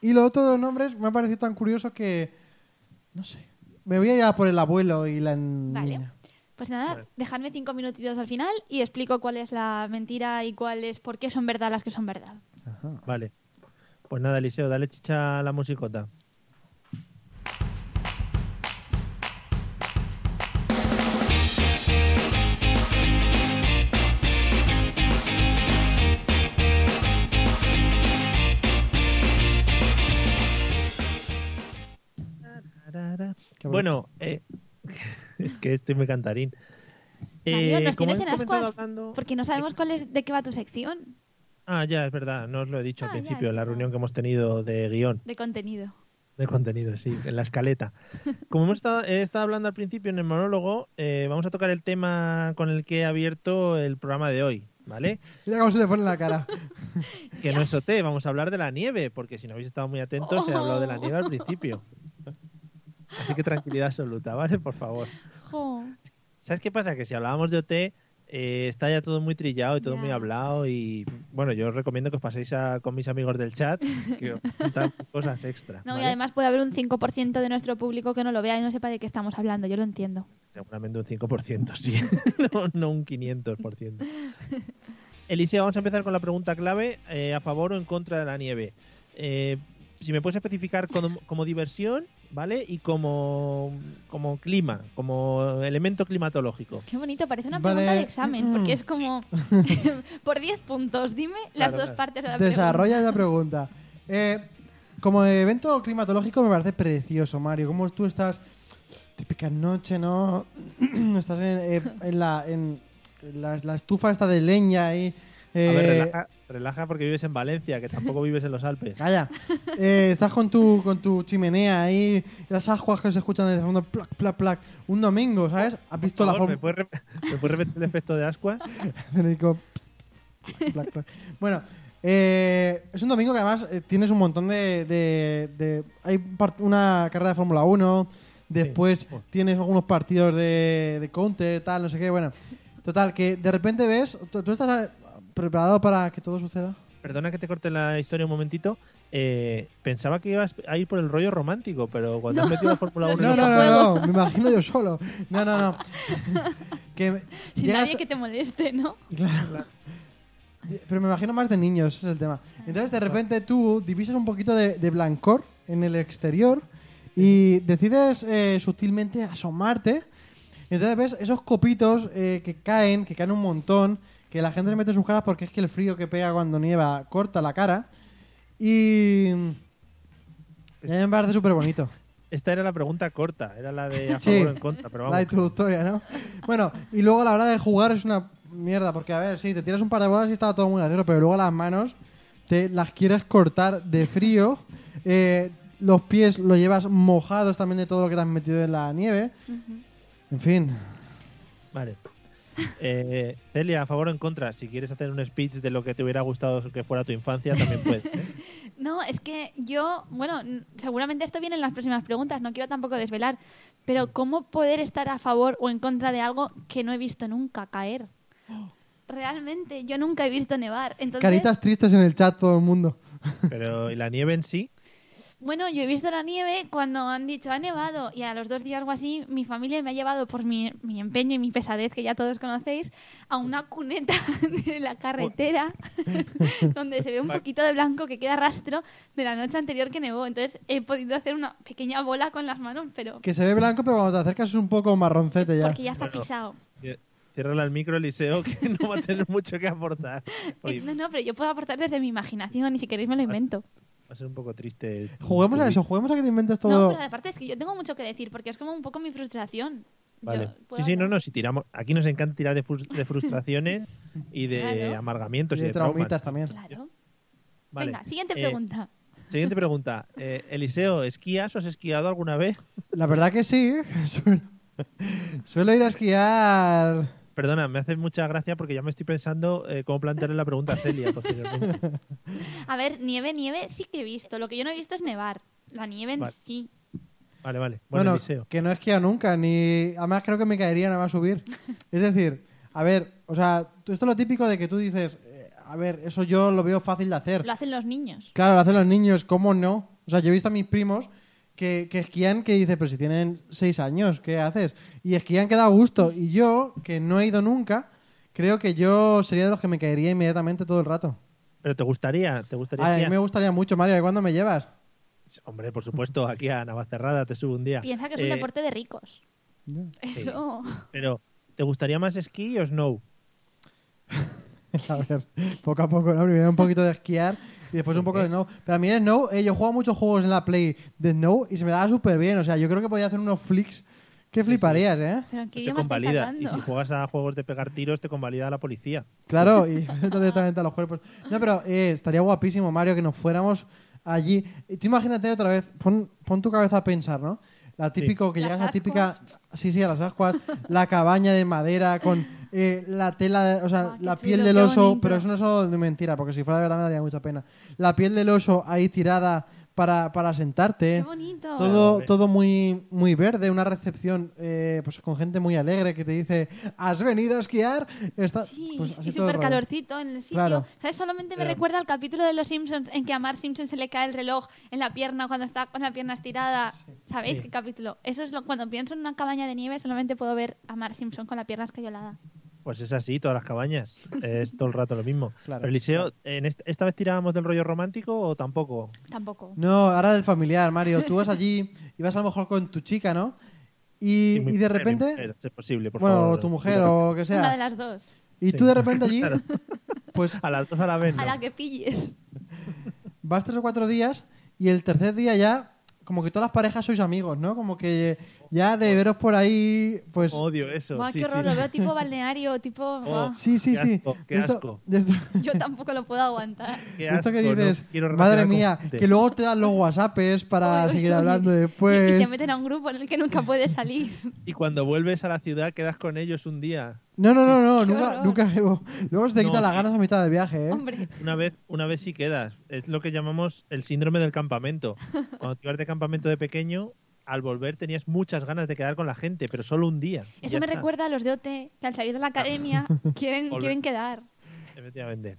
Y lo otro de los nombres me ha parecido tan curioso que... No sé. Me voy a ir a por el abuelo y la niña.
Pues nada, dejadme cinco minutitos al final y explico cuál es la mentira y cuál es por qué son verdad las que son verdad.
Vale. Pues nada, Eliseo, dale chicha a la musicota.
Qué
Bueno, eh, es que estoy muy cantarín.
Mario,
Eh,
nos
como
tienes en
hemos comentado
ascuas
Oh.
hablando-
porque no sabemos cuál es de qué va tu sección
Ah, ya, es verdad, no os lo he dicho al
Ah, ya,
principio,
es
en la
verdad.
reunión que hemos tenido de guión,
de contenido.
de contenido, sí, en la escaleta. Como hemos estado, he estado hablando al principio en el monólogo, eh, vamos a tocar el tema con el que he abierto el programa de hoy, ¿vale?
Mira cómo se le pone la cara.
Que no es OT, vamos a hablar de la nieve, porque si no habéis estado muy atentos, he hablado de la nieve al principio. Así que tranquilidad absoluta, ¿vale? Por favor.
Jo,
¿Sabes qué pasa? Que si hablábamos de OT, eh, está ya todo muy trillado y todo
Ya.
muy hablado. Y bueno, yo os recomiendo que os paséis a- con mis amigos del chat, que os cuentan cosas extra.
No, y
¿vale?
además puede haber un 5% de nuestro público que no lo vea y no sepa de qué estamos hablando, yo lo entiendo.
Seguramente un 5%, sí. no, no un 500%. Eliseo, vamos a empezar con la pregunta clave: eh, ¿a favor o en contra de la nieve? Eh, si me puedes especificar como, como diversión, ¿vale? Y como, como clima, como elemento climatológico.
Qué bonito, parece una
Vale.
pregunta de examen, porque es como por 10 puntos, dime las
Claro,
dos
claro.
partes de la
Desarrolla esa pregunta. Eh, como evento climatológico me parece precioso, Mario. Como tú estás típica noche, ¿no? estás en, eh, en la, en, la, la estufa está de leña ahí.
A ver,
eh,
relaja, relaja porque vives en Valencia, que tampoco vives en los Alpes.
Calla. Eh, estás con tu, con tu chimenea ahí, las ascuas que se escuchan desde el fondo, plac, plac, plac. Un domingo, ¿sabes? Has visto
Por
la
favor, ¿me,
forma.
puedes re- me puedes repetir el efecto de ascuas?
Federico, ps, ps, ps, plac, plac. Bueno, eh, es un domingo que además eh, tienes un montón de. de- de- hay par- una carrera de Fórmula 1, después tienes algunos partidos de, de counter, tal, no sé qué. Bueno, total, que de repente ves. ¿Tú, tú estás eh, preparado para que todo suceda?
Perdona que te corte la historia un momentito. Eh, pensaba que ibas a ir por el rollo romántico, pero cuando has metido la Fórmula 1...
No,
en
no,
los
no,
campos-
no, me imagino yo solo. No, no, no. que
Sin
llegas-
nadie que te moleste, ¿no?
Claro. Pero me imagino más de niños, ese es el tema. Entonces, de repente tú divisas un poquito de, de blancor en el exterior y decides eh, sutilmente asomarte. Entonces ves esos copitos eh, que caen, que caen un montón, que la gente le mete en sus caras porque es que el frío que pega cuando nieva corta la cara. Y. y a mí me parece súper bonito.
Esta era la pregunta corta, era la de a favor
Sí.
o en contra, pero
La
vamos.
introductoria, ¿no? Bueno, y luego a la hora de jugar es una mierda, porque a ver, sí, te tiras un par de bolas y estaba todo muy gracioso, pero luego las manos te las quieres cortar de frío, eh, los pies los llevas mojados también de todo lo que te has metido en la nieve. En fin,
Vale. Eh, Celia, a favor o en contra, si quieres hacer un speech de lo que te hubiera gustado que fuera tu infancia, también puedes. ¿eh?
No, es que yo, bueno, n- seguramente esto viene en las próximas preguntas, no quiero tampoco desvelar, pero ¿cómo poder estar a favor o en contra de algo que no he visto nunca caer? Realmente, yo nunca he visto nevar. Entonces,
caritas tristes en el chat todo el mundo.
Pero ¿y la nieve en sí?
bueno, yo he visto la nieve cuando han dicho ha nevado y a los dos días algo así, mi familia me ha llevado por mi, mi empeño y mi pesadez que ya todos conocéis a una cuneta de la carretera
Oh.
donde se ve un poquito de blanco que queda rastro de la noche anterior que nevó. Entonces he podido hacer una pequeña bola con las manos, pero
Que se ve blanco, pero cuando te acercas es un poco marroncete ya.
porque ya está pisado.
Ciérrala al micro, Eliseo, que no va a tener mucho que aportar. Oye,
Eh, No, no, pero yo puedo aportar desde mi imaginación y si queréis me lo invento.
va a ser un poco triste.
Juguemos a eso, juguemos a que te inventes
No,
todo.
pero aparte es que yo tengo mucho que decir porque es como un poco mi frustración. Yo
Vale.
puedo
Sí, sí, no,
hablar.
no, si tiramos. Aquí nos encanta tirar de, frus- de frustraciones y de
Claro.
amargamientos y
Y
de,
de traumitas
traumas.
también.
Claro.
Vale.
Venga, siguiente
Eh,
pregunta.
siguiente pregunta. Eh, Eliseo, ¿esquías o has esquiado alguna vez?
La verdad que sí, suelo, suelo ir a esquiar.
Perdona, me hace mucha gracia porque ya me estoy pensando eh, cómo plantearle la pregunta a Celia. posteriormente.
A ver, nieve, nieve sí que he visto. Lo que yo no he visto es nevar. La nieve en
Vale.
sí.
Vale, vale. Bueno,
Bueno,
Eliseo.
que no he esquiado nunca, ni. Además, creo que me caería nada más subir. es decir, a ver, o sea, tú- esto es lo típico de que tú dices, eh, a ver, eso yo lo veo fácil de hacer.
Lo hacen los niños.
Claro, lo hacen los niños, ¿cómo no? O sea, yo he visto a mis primos que, que esquían que dice, pero si tienen seis años, ¿qué haces? Y esquían que da gusto. Y yo, que no he ido nunca, creo que yo sería de los que me caería inmediatamente todo el rato.
Pero te gustaría, te gustaría
Ay, a mí
esquiar?
me gustaría mucho, Mario, ¿cuándo me llevas?
Hombre, por supuesto, aquí a Navacerrada te subo un día.
Piensa que es un
Eh,
deporte de ricos. Eso.
Pero, ¿te gustaría más esquí o snow?
A ver, poco a poco, ¿no? Primero un poquito de esquiar y después un poco de snow. Pero a mí en snow, eh, yo jugaba muchos juegos en la Play de snow y se me daba súper bien. O sea, yo creo que podía hacer unos flicks que fliparías, ¿eh?
Pero ¿en qué
Te
idioma estáis
convalida. Y
hablando?
si juegas a juegos de pegar tiros, te convalida la policía.
Claro, y directamente a los cuerpos. No, pero eh, estaría guapísimo, Mario, que nos fuéramos allí. Y Tú imagínate otra vez, pon, pon tu cabeza a pensar, ¿no? La típico que
Las
llegas a la típica. Sí, sí, a las ascuas. la cabaña de madera con eh, la tela, de- o sea,
Ah, qué
la
chulo,
piel del
qué
oso,
bonito.
pero es un oso de mentira, porque si fuera de verdad me daría mucha pena. La piel del oso ahí tirada para, para sentarte.
Qué bonito.
Todo, todo muy, muy verde, una recepción eh, pues con gente muy alegre que te dice, ¿has venido a esquiar? Está,
Sí,
pues así
y
todo el
súper
rollo.
calorcito en el sitio.
Claro.
¿Sabes? Solamente me
Pero-
recuerda al capítulo de Los Simpsons en que a Mark Simpson se le cae el reloj en la pierna cuando está con la pierna estirada. ¿Sabéis
Sí.
qué capítulo? Eso es lo cuando pienso en una cabaña de nieve solamente puedo ver a Mark Simpson con la pierna escayolada.
Pues es así, todas las cabañas. Es todo el rato lo mismo.
Claro.
Pero, Eliseo, eh, ¿en est- ¿esta vez tirábamos del rollo romántico o tampoco?
Tampoco.
No, ahora del familiar, Mario. Tú vas allí y vas a lo mejor con tu chica, ¿no? Y,
Sí, mi
y de
mujer, mi
repente,
mujer, si es posible, por
bueno,
favor.
o tu mujer o lo que
Una
sea.
de las dos.
Y
Sí.
tú de repente allí,
Claro.
pues
A las dos a la vez. ¿no?
A la que pilles.
vas tres o cuatro días y el tercer día ya, como que todas las parejas sois amigos, ¿no? Como que ya de veros por ahí, pues...
Odio eso.
Buah,
sí,
qué horror,
sí.
lo veo tipo balneario, tipo...
Oh.
ah,
Sí, sí,
Qué
sí.
asco, qué
De esto-
asco.
de esto-
yo tampoco lo puedo aguantar.
Qué
esto que
asco, no
dices,
quiero
madre
relacionar con
mía,
gente.
que luego te dan los whatsapps para
Uy, uy,
seguir
uy.
hablando
Y, y
después.
te meten a un grupo en el que nunca puedes salir.
Y cuando vuelves a la ciudad quedas con ellos un día.
No, no, no, no,
Qué
nunca,
horror.
nunca llego. Luego se te
No,
quitan las
sí.
ganas a mitad del viaje, ¿eh?
Hombre,
Una vez, una vez sí quedas. Es lo que llamamos el síndrome del campamento. Cuando te ibas de campamento de pequeño, al volver tenías muchas ganas de quedar con la gente, pero solo un día. Y
eso
ya
me
está.
recuerda a los de OT, que al salir de la academia quieren,
Volver.
quieren quedar.
Efectivamente.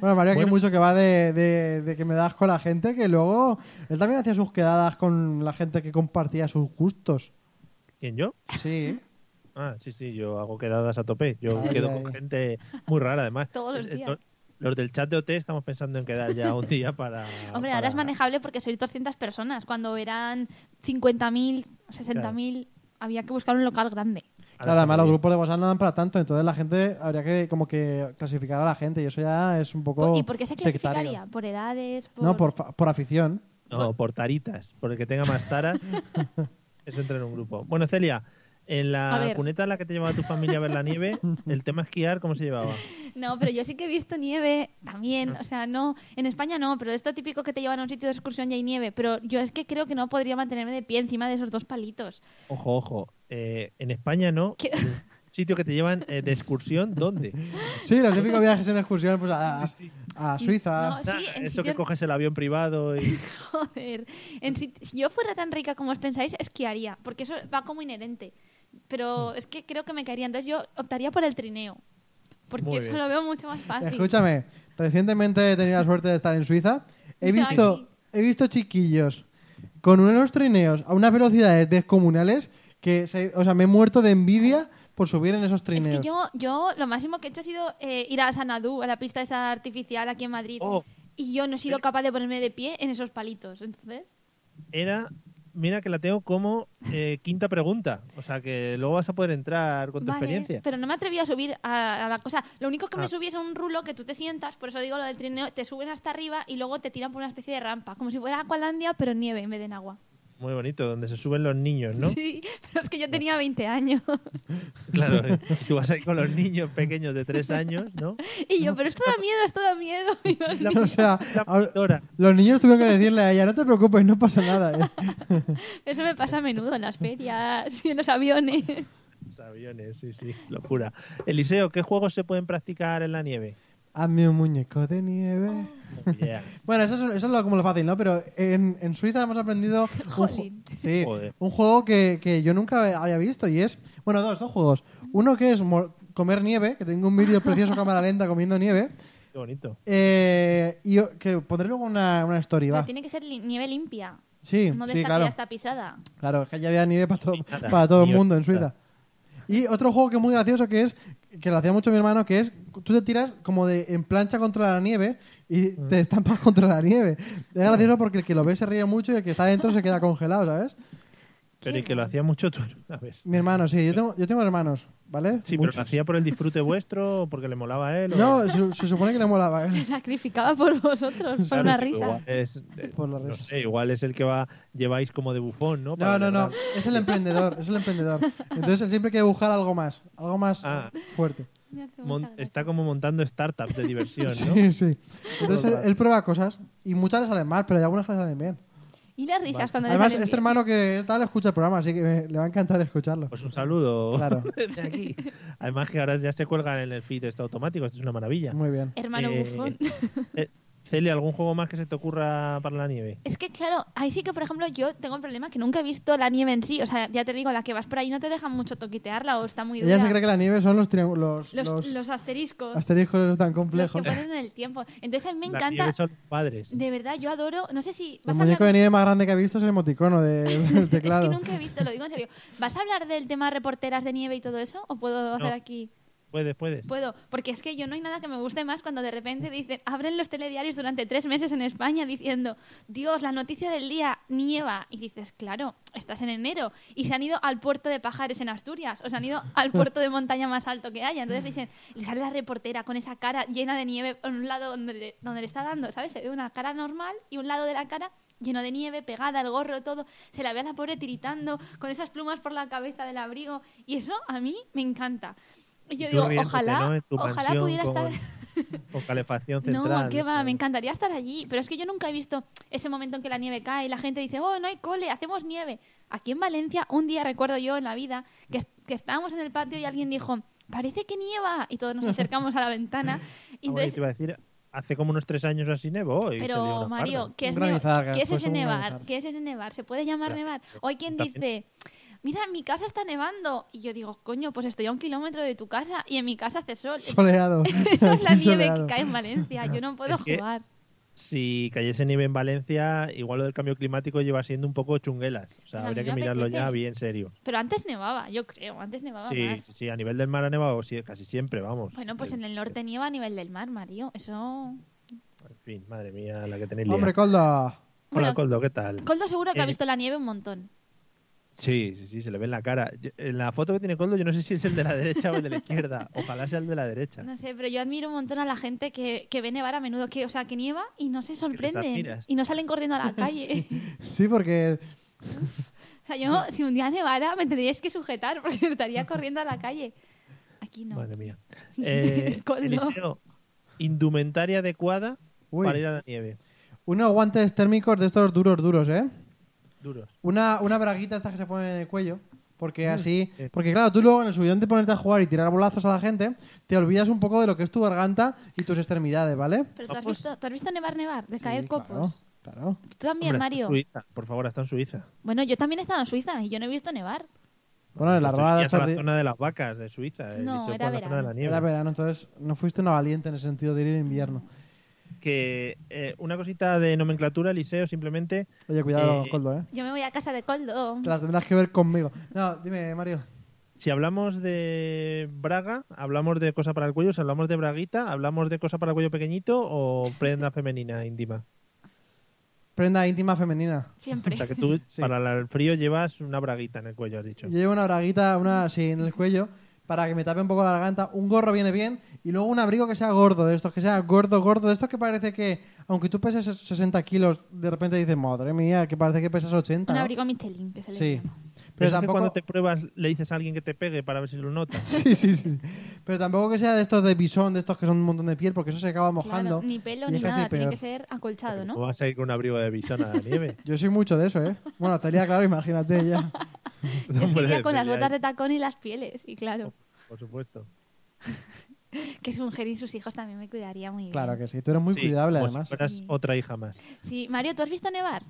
Bueno, María, que
Bueno.
mucho que va de, de- de que me das con la gente, que luego él también hacía sus quedadas con la gente que compartía sus gustos.
¿Quién yo?
Sí.
Ah, sí, sí, yo hago quedadas a tope. Yo
Ay,
quedo
ay,
con
ay.
gente muy rara, además.
Todos los
Eh, eh,
días.
no- Los del chat de OT estamos pensando en quedar ya un día para.
Hombre,
para-
ahora es manejable porque sois 200 personas. Cuando eran 50.000, 60.000, había que buscar un local grande.
ahora
Claro,
está
además los
muy bien.
grupos de WhatsApp no dan para tanto, entonces la gente habría que como que clasificar a la gente y eso ya es un poco
¿Y por qué se clasificaría?
sectario.
¿Por edades? Por...
No, por, fa- por afición.
No, por taritas. Por el que tenga más taras, eso entra en un grupo. Bueno, Celia, en
A
la
ver.
cuneta en la que te llevaba tu familia a ver la nieve, el tema esquiar, ¿cómo se llevaba?
No, pero yo sí que he visto nieve también. O sea, no, en España no, pero esto típico que te llevan a un sitio de excursión y hay nieve. Pero yo es que creo que no podría mantenerme de pie encima de esos dos palitos.
Ojo, ojo. eh, en España no.
¿Qué?
En un Sitio que te llevan eh, de excursión, ¿dónde?
Sí, los típicos viajes en excursión pues, a, a Suiza.
No, sí,
Ah,
en
Esto que
sitios-
coges el avión privado y.
Joder, en si, si yo fuera tan rica como os pensáis, esquiaría, porque eso va como inherente. Pero
Mm.
es que creo que me caería, entonces yo optaría por el trineo,
Muy
porque eso
bien.
lo veo mucho más fácil.
Escúchame, recientemente he tenido la suerte de estar en Suiza. He visto,
Ay.
he visto chiquillos con unos trineos a unas velocidades descomunales que se- o sea, me he muerto de envidia por subir en esos
es
trineos.
que yo, yo lo máximo que he hecho ha sido eh, ir a Sanadú, a la pista esa artificial aquí en Madrid,
Oh.
y yo no he sido capaz de ponerme de pie en esos palitos, entonces...
Era. Mira que la tengo como eh, quinta pregunta. O sea que luego vas a poder entrar con tu
vale,
experiencia.
pero no me atreví a subir a, a la cosa. Lo único que
Ah.
me subí es a un rulo que tú te sientas, por eso digo lo del trineo, te suben hasta arriba y luego te tiran por una especie de rampa, como si fuera Aqualandia, pero en nieve en vez de en agua.
Muy bonito, donde se suben los niños, ¿no?
Sí, pero es que yo tenía 20 años.
Claro, eh, tú vas ahí con los niños pequeños de tres años, ¿no?
Y yo, pero esto da miedo, esto da miedo. Y los
La-
niños,
O sea,
la
ahora-
monitora.
los niños tuvieron que decirle a ella, no te preocupes, no pasa nada. ¿eh?".
Eso me pasa a menudo en las ferias y en los aviones.
Los aviones, sí, sí, locura. Eliseo, ¿qué juegos se pueden practicar en la nieve?
Hazme un muñeco de nieve.
Oh, yeah.
Bueno, eso es, eso es lo, como lo fácil, ¿no? Pero en, en Suiza hemos aprendido un, ju-
Jolín.
sí,
Joder.
un juego que, que yo nunca había visto y es... Bueno, dos, dos juegos. Uno que es mor- comer nieve, que tengo un vídeo precioso cámara lenta comiendo nieve.
Qué bonito.
Eh, y o- que pondré luego una, una story,
Pero
va.
tiene que ser li- nieve limpia,
Sí,
no de
sí,
esta
claro.
que ya está pisada.
Claro, es que ya había nieve para todo,
nada,
para todo el
ni
mundo en
hostia.
Suiza. Y otro juego que es muy gracioso que es, que lo hacía mucho mi hermano, que es, tú te tiras como de en plancha contra la nieve y te estampas contra la nieve. Es gracioso porque el que lo ve se ríe mucho y el que está dentro se queda congelado, ¿sabes?
Pero y que lo hacía mucho tú, a ver.
Mi hermano, sí, yo tengo, yo tengo hermanos, ¿vale?
Sí, pero
Muchos.
lo hacía por el disfrute vuestro o porque le molaba a él. o-
No, se, se supone que le molaba, ¿eh?
Se sacrificaba por vosotros, por
Claro,
una
pero igual
risa.
es- eh,
Por la
no
risa.
sé, igual es el que va lleváis como de bufón, ¿no?
No,
Para
no, no,
lograr-
es el emprendedor, es el emprendedor. Entonces él siempre quiere buscar algo más, algo más
Ah.
fuerte.
Me hace mucha
Mon-
gracia.
está como montando startups de diversión, ¿no?
Sí, sí. Entonces
Todo el
él,
rato.
él prueba cosas y muchas le salen mal, pero hay algunas que le salen bien.
Y las risas cuando le
Además,
salen
este
bien.
hermano que tal escucha el programa, así que me- le va a encantar escucharlo.
Pues un saludo.
Claro.
desde aquí. Además que ahora ya se cuelgan en el feed esto automático, esto es una maravilla.
Muy bien.
Hermano
Eh,
bufón.
eh, Celia, ¿algún juego más que se te ocurra para la nieve?
Es que, claro, ahí sí que, por ejemplo, yo tengo un problema que nunca he visto la nieve en sí. O sea, ya te digo, la que vas por ahí no te dejan mucho toquitearla o está muy dura.
Ella se cree que la nieve son los, triángu- los,
los,
los
los asteriscos,
asteriscos esos tan
los que
complejos.
pones en el tiempo. Entonces a mí me
La nieve
encanta...
son los padres.
De verdad, yo adoro. No sé
El
si. Vas a
muñeco de
hablar...
nieve más grande que he visto es el emoticono de- del teclado.
Es que nunca he visto, lo digo en serio. ¿Vas a hablar del tema reporteras de nieve y todo eso? ¿O puedo hacer aquí?
Puedes, puedes.
Puedo, porque es que yo no hay nada que me guste más cuando de repente dicen, abren los telediarios durante tres meses en España diciendo, Dios, la noticia del día, nieva. Y dices, claro, estás en enero. Y se han ido al puerto de Pajares en Asturias, o se han ido al puerto de montaña más alto que haya. Entonces dicen, y sale la reportera con esa cara llena de nieve en un lado donde le, donde le está dando, ¿sabes? Se ve una cara normal y un lado de la cara lleno de nieve, pegada, el gorro, todo. Se la ve a la pobre tiritando con esas plumas por la cabeza del abrigo. Y eso a mí me encanta. Y yo
Tú
digo,
riéndote, ¿no?
ojalá,
En tu
ojalá
mansión
pudiera
con-
estar...
Con calefacción central.
No, qué va,
¿sabes? Ah,
me encantaría estar allí. Pero es que yo nunca he visto ese momento en que la nieve cae y la gente dice, oh, no hay cole, hacemos nieve. Aquí en Valencia, un día recuerdo yo en la vida que, que estábamos en el patio y alguien dijo, parece que nieva. Y todos nos acercamos a la ventana. Y
Ah, bueno, yo
entonces,
te iba a decir, hace como unos tres años así nevó. y se lió
pero
una
Mario,
parda.
¿qué es,
Un granizar,
nevar? ¿qué es
pues
ese
un
nevar?
granizar.
¿Qué es ese nevar? ¿Se puede llamar
Ya,
nevar? O hay quien
también-
dice, mira, mi casa está nevando. Y yo digo, coño, pues estoy a un kilómetro de tu casa y en mi casa hace sol.
Soleado.
Esa es la
Aquí
nieve que
soleado.
cae en Valencia. Yo no puedo
Es que-
jugar.
Si cayese nieve en Valencia, igual lo del cambio climático lleva siendo un poco chunguelas. O
Pero a
sea,
mí
habría que
me
mirarlo ya
apetece.
bien serio.
Pero antes nevaba, yo creo, antes nevaba
Sí,
más.
sí, sí, a nivel del mar ha nevado sí, casi siempre, vamos.
Bueno, pues en el norte nieva a nivel del mar, Mario. Eso.
En fin, madre mía, la que tenéis
Hombre,
liada.
Colda.
Hola,
Bueno,
Coldo, ¿qué tal?
Coldo seguro que ha
Eh,
visto la nieve un montón.
Sí, sí, sí, se le ve en la cara. Yo- en la foto que tiene Coldo, yo no sé si es el de la derecha o el de la izquierda. Ojalá sea el de la derecha.
No sé, pero yo admiro un montón a la gente que, que ve nevar a menudo, que, o sea, que nieva y no se sorprenden.
admiras.
Y no salen corriendo a la calle.
Sí, porque
o sea, yo si un día nevara me tendríais que sujetar porque estaría corriendo a la calle. Aquí no.
Madre mía. Eh,
Coldo.
Eliseo, indumentaria adecuada
Uy.
para ir a la nieve.
unos guantes térmicos de estos duros, duros, ¿eh?
Duro.
Una, una braguita estas que se ponen en el cuello.
Mm.
Porque así. Porque claro, tú luego en el subidón de ponerte a jugar y tirar bolazos a la gente, te olvidas un poco de lo que es tu garganta y tus extremidades, ¿vale?
Pero ¿tú has,
Vamos.
visto, tú has visto nevar, nevar, de caer
Sí,
copos.
Claro, claro.
Tú también,
Hombre, está en
Mario.
Suiza, por favor, está en Suiza.
Bueno, yo también he estado en Suiza y yo no he visto nevar.
Bueno, en la
Entonces,
rodada
ya
de
está la
estas de-
zona de las vacas de Suiza. eh,
No,
Eliseo fue
era
a la
verano.
zona de la nieve.
Era verano, entonces no fuiste una valiente en el sentido de ir en invierno.
Que eh, una cosita de nomenclatura, Eliseo, simplemente.
Oye, cuidado,
Eh,
Coldo, ¿eh?
Yo me voy a casa de Coldo.
Te las tendrás que ver conmigo. No, dime, Mario.
Si hablamos de braga, hablamos de cosa para el cuello, si hablamos de braguita, hablamos de cosa para el cuello pequeñito o prenda femenina íntima.
Prenda íntima femenina.
Siempre.
O sea que tú
Sí.
para la- el frío llevas una braguita en el cuello, has dicho.
Yo llevo una braguita, una así en el cuello, para que me tape un poco la garganta. Un gorro viene bien y luego un abrigo que sea gordo, de estos que sea gordo, gordo, de estos que parece que, aunque tú peses 60 kilos, de repente dices, madre mía, que parece que pesas 80.
Un
¿no?".
abrigo Michelin, que se le
Sí.
llama.
Pero
Eso es que
tampoco.
cuando te pruebas le dices a alguien que te pegue para ver si lo notas.
Sí, sí, sí. Pero tampoco que sea de estos de bisón, de estos que son un montón de piel, porque eso se acaba mojando.
Claro, ni pelo
y
ni
es casi
nada, tiene
peor.
que ser acolchado,
¿Cómo
¿no?
vas a ir con un abrigo de visón a la nieve?
Yo soy mucho de eso, ¿eh? Bueno, estaría claro, imagínate ya.
Yo es que iría con las
Hombre,
botas de tacón y las pieles, y claro,
Por supuesto.
que su mujer y sus hijos también me cuidaría muy bien.
Claro que sí, tú eres muy
Sí,
cuidable
como
además.
Si fueras
Sí.
otra hija más.
Sí, Mario, ¿tú has visto nevar?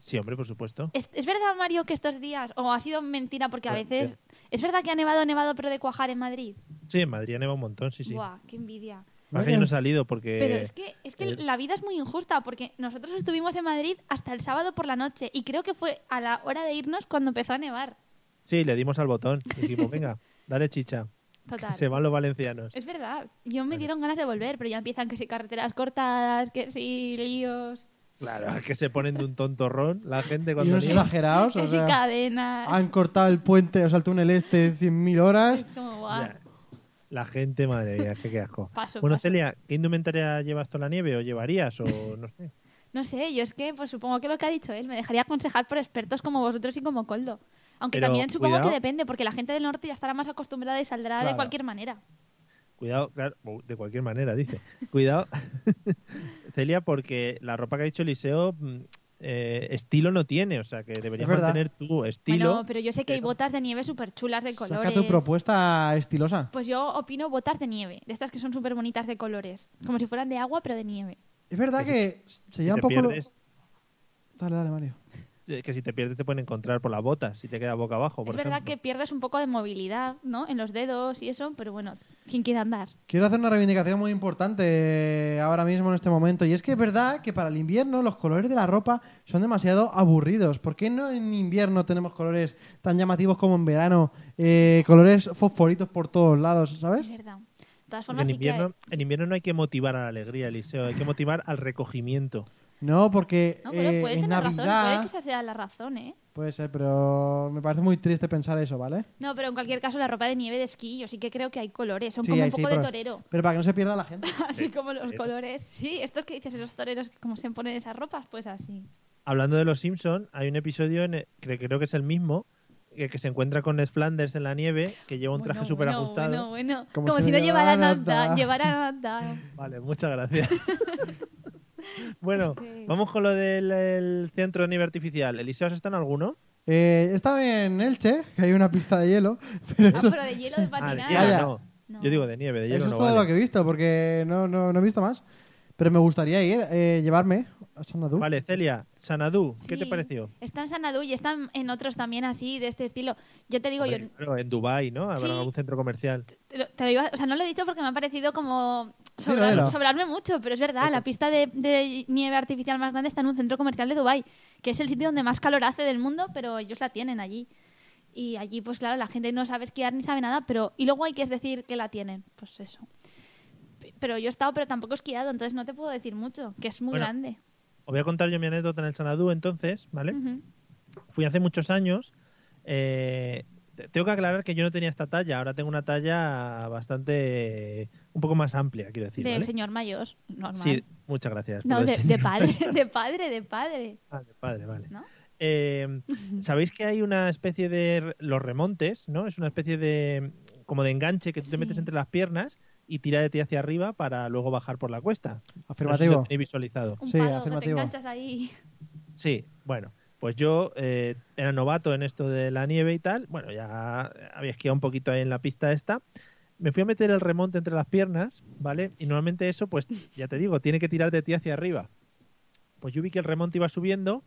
Sí, hombre, por supuesto.
¿Es, es verdad, Mario, que estos días, o ha sido mentira porque a
Eh,
Bueno,
veces... ¿Es verdad que ha nevado, nevado, pero de cuajar en Madrid?
Sí, en Madrid neva un montón, sí, sí.
Buah, qué envidia.
Más que yo no he salido porque...
Pero es que, es que
eh.
la vida es muy injusta porque nosotros estuvimos en Madrid hasta el sábado por la noche y creo que fue a la hora de irnos cuando empezó a nevar.
Sí, le dimos al botón. Dijimos, venga, dale chicha.
Total.
Se van los valencianos.
Es verdad, yo me dieron ganas de volver, pero ya empiezan que si carreteras cortadas, que si líos,
Claro, es que se ponen de un tontorrón la gente
Y
cuando
unos
nieva.
exagerados,
que
o
si
sea,
cadenas.
han cortado el puente, o sea, el túnel este 100.000 horas.
Es como, guau.
Ya. La gente, madre mía, que qué asco.
Paso,
bueno,
paso.
Celia, ¿qué indumentaria llevas tú en la nieve o llevarías o no sé?
No sé, yo es que pues supongo que lo que ha dicho él, me dejaría aconsejar por expertos como vosotros y como Coldo. Aunque
Pero,
también supongo
cuidado.
que depende, porque la gente del norte ya estará más acostumbrada y saldrá de
Claro.
cualquier manera.
Cuidado, claro, uh, de cualquier manera, dice. Cuidado, Celia, porque la ropa que ha dicho Eliseo mm, eh, estilo no tiene, o sea que deberías
Es verdad.
mantener tu estilo.
bueno, pero yo sé que hay botas de nieve súper chulas de
Saca
colores.
tu propuesta estilosa.
Pues yo opino botas de nieve, de estas que son súper bonitas de colores, como si fueran de agua pero de nieve.
Es verdad que se
Si
lleva un
te
poco... lo-
pierdes-
Dale, dale, Mario.
eh, que si te pierdes te pueden encontrar por las botas si te queda boca abajo.
Es
por
verdad
ejemplo.
que pierdes un poco de movilidad, ¿no? En los dedos y eso, pero bueno, quien quiera andar.
Quiero hacer una reivindicación muy importante ahora mismo en este momento. Y es que es verdad que para el invierno los colores de la ropa son demasiado aburridos. ¿Por qué no en invierno tenemos colores tan llamativos como en verano? Eh, colores fosforitos por todos lados,
Es
¿sabes?
verdad. De
Porque
todas formas,
en,
sí que hay-
invierno, en invierno no hay que motivar a la alegría, Eliseo, hay que motivar al recogimiento.
No, porque
No, bueno,
eh,
puede
en
tener
Navidad...
razón, puede que esa sea la razón, ¿eh?
Puede ser, pero me parece muy triste pensar eso, ¿vale?
No, pero en cualquier caso, la ropa de nieve de esquí, yo sí que creo que hay colores, son
Sí,
como
ahí
un
sí,
poco de
pero-
torero.
Pero para que no se pierda la gente.
Así como los colores. Sí, estos que dices, esos toreros, que ¿cómo se ponen esas ropas? Pues así.
hablando de los Simpson, hay un episodio en- que creo que es el mismo que, que se encuentra con Ned Flanders en la nieve, que lleva un traje
Bueno,
súper
bueno,
ajustado.
bueno, bueno.
Como
Como,
si
si,
no
no
llevara
llevara nada,
nada.
llevara nada.
Vale, muchas gracias. bueno,
Es que-
vamos con lo del el centro de nieve artificial. ¿Eliseo has estado en alguno?
Eh, estaba en Elche, que hay una pista de hielo, pero
No,
eso,
pero de hielo de
Ah, de
patinar.
hielo
Vaya.
no.
No.
Yo digo de nieve, de hielo
eso es
no
todo
vale.
lo que he visto, porque no, no, no he visto más. Pero me gustaría ir, eh, llevarme a Sanadú.
Vale, Celia, Sanadú, ¿qué te
Sí.
pareció?
Está en Sanadú y están en otros también así, de este estilo. Yo te digo, yo
Hombre, claro, en Dubai, ¿no? Habrá
Sí.
algún centro comercial.
te lo, te lo iba- o sea, no lo he dicho porque me ha parecido como
Dilo,
sobrar-
dilo.
sobrarme mucho, pero es verdad, la pista de, de nieve artificial más grande está en un centro comercial de Dubai, que es el sitio donde más calor hace del mundo, pero ellos la tienen allí. Y allí, pues claro, la gente no sabe esquiar ni sabe nada, pero y luego hay que decir que la tienen, pues eso. P- Pero yo he estado, pero tampoco he esquiado, entonces no te puedo decir mucho, que es muy
Bueno.
grande.
Os voy a contar yo mi anécdota en el Sanadú entonces, ¿vale?
Ujú.
Fui hace muchos años. eh, te- tengo que aclarar que yo no tenía esta talla, ahora tengo una talla bastante... un poco más amplia, quiero decir.
Del
¿vale?
señor mayor, normal.
Sí, muchas gracias. por
no,
el
de, de
señor.
padre, de padre, de padre.
Ah, de padre, vale.
¿No?
Eh, Sabéis que hay una especie de... re- los remontes, ¿no? Es una especie de... como de enganche que tú te
Sí.
metes entre las piernas y tira de ti hacia arriba para luego bajar por la cuesta. No sé si lo
Afirmativo.
tenéis visualizado.
Un
Sí,
palo que te
afirmativo.
enganchas ahí.
Sí, bueno, pues yo eh, era novato en esto de la nieve y tal. Bueno, ya había esquiado un poquito ahí en la pista esta. Me fui a meter el remonte entre las piernas, ¿vale? Y normalmente eso, pues ya te digo, tiene que tirar de ti hacia arriba. Pues yo vi que el remonte iba subiendo.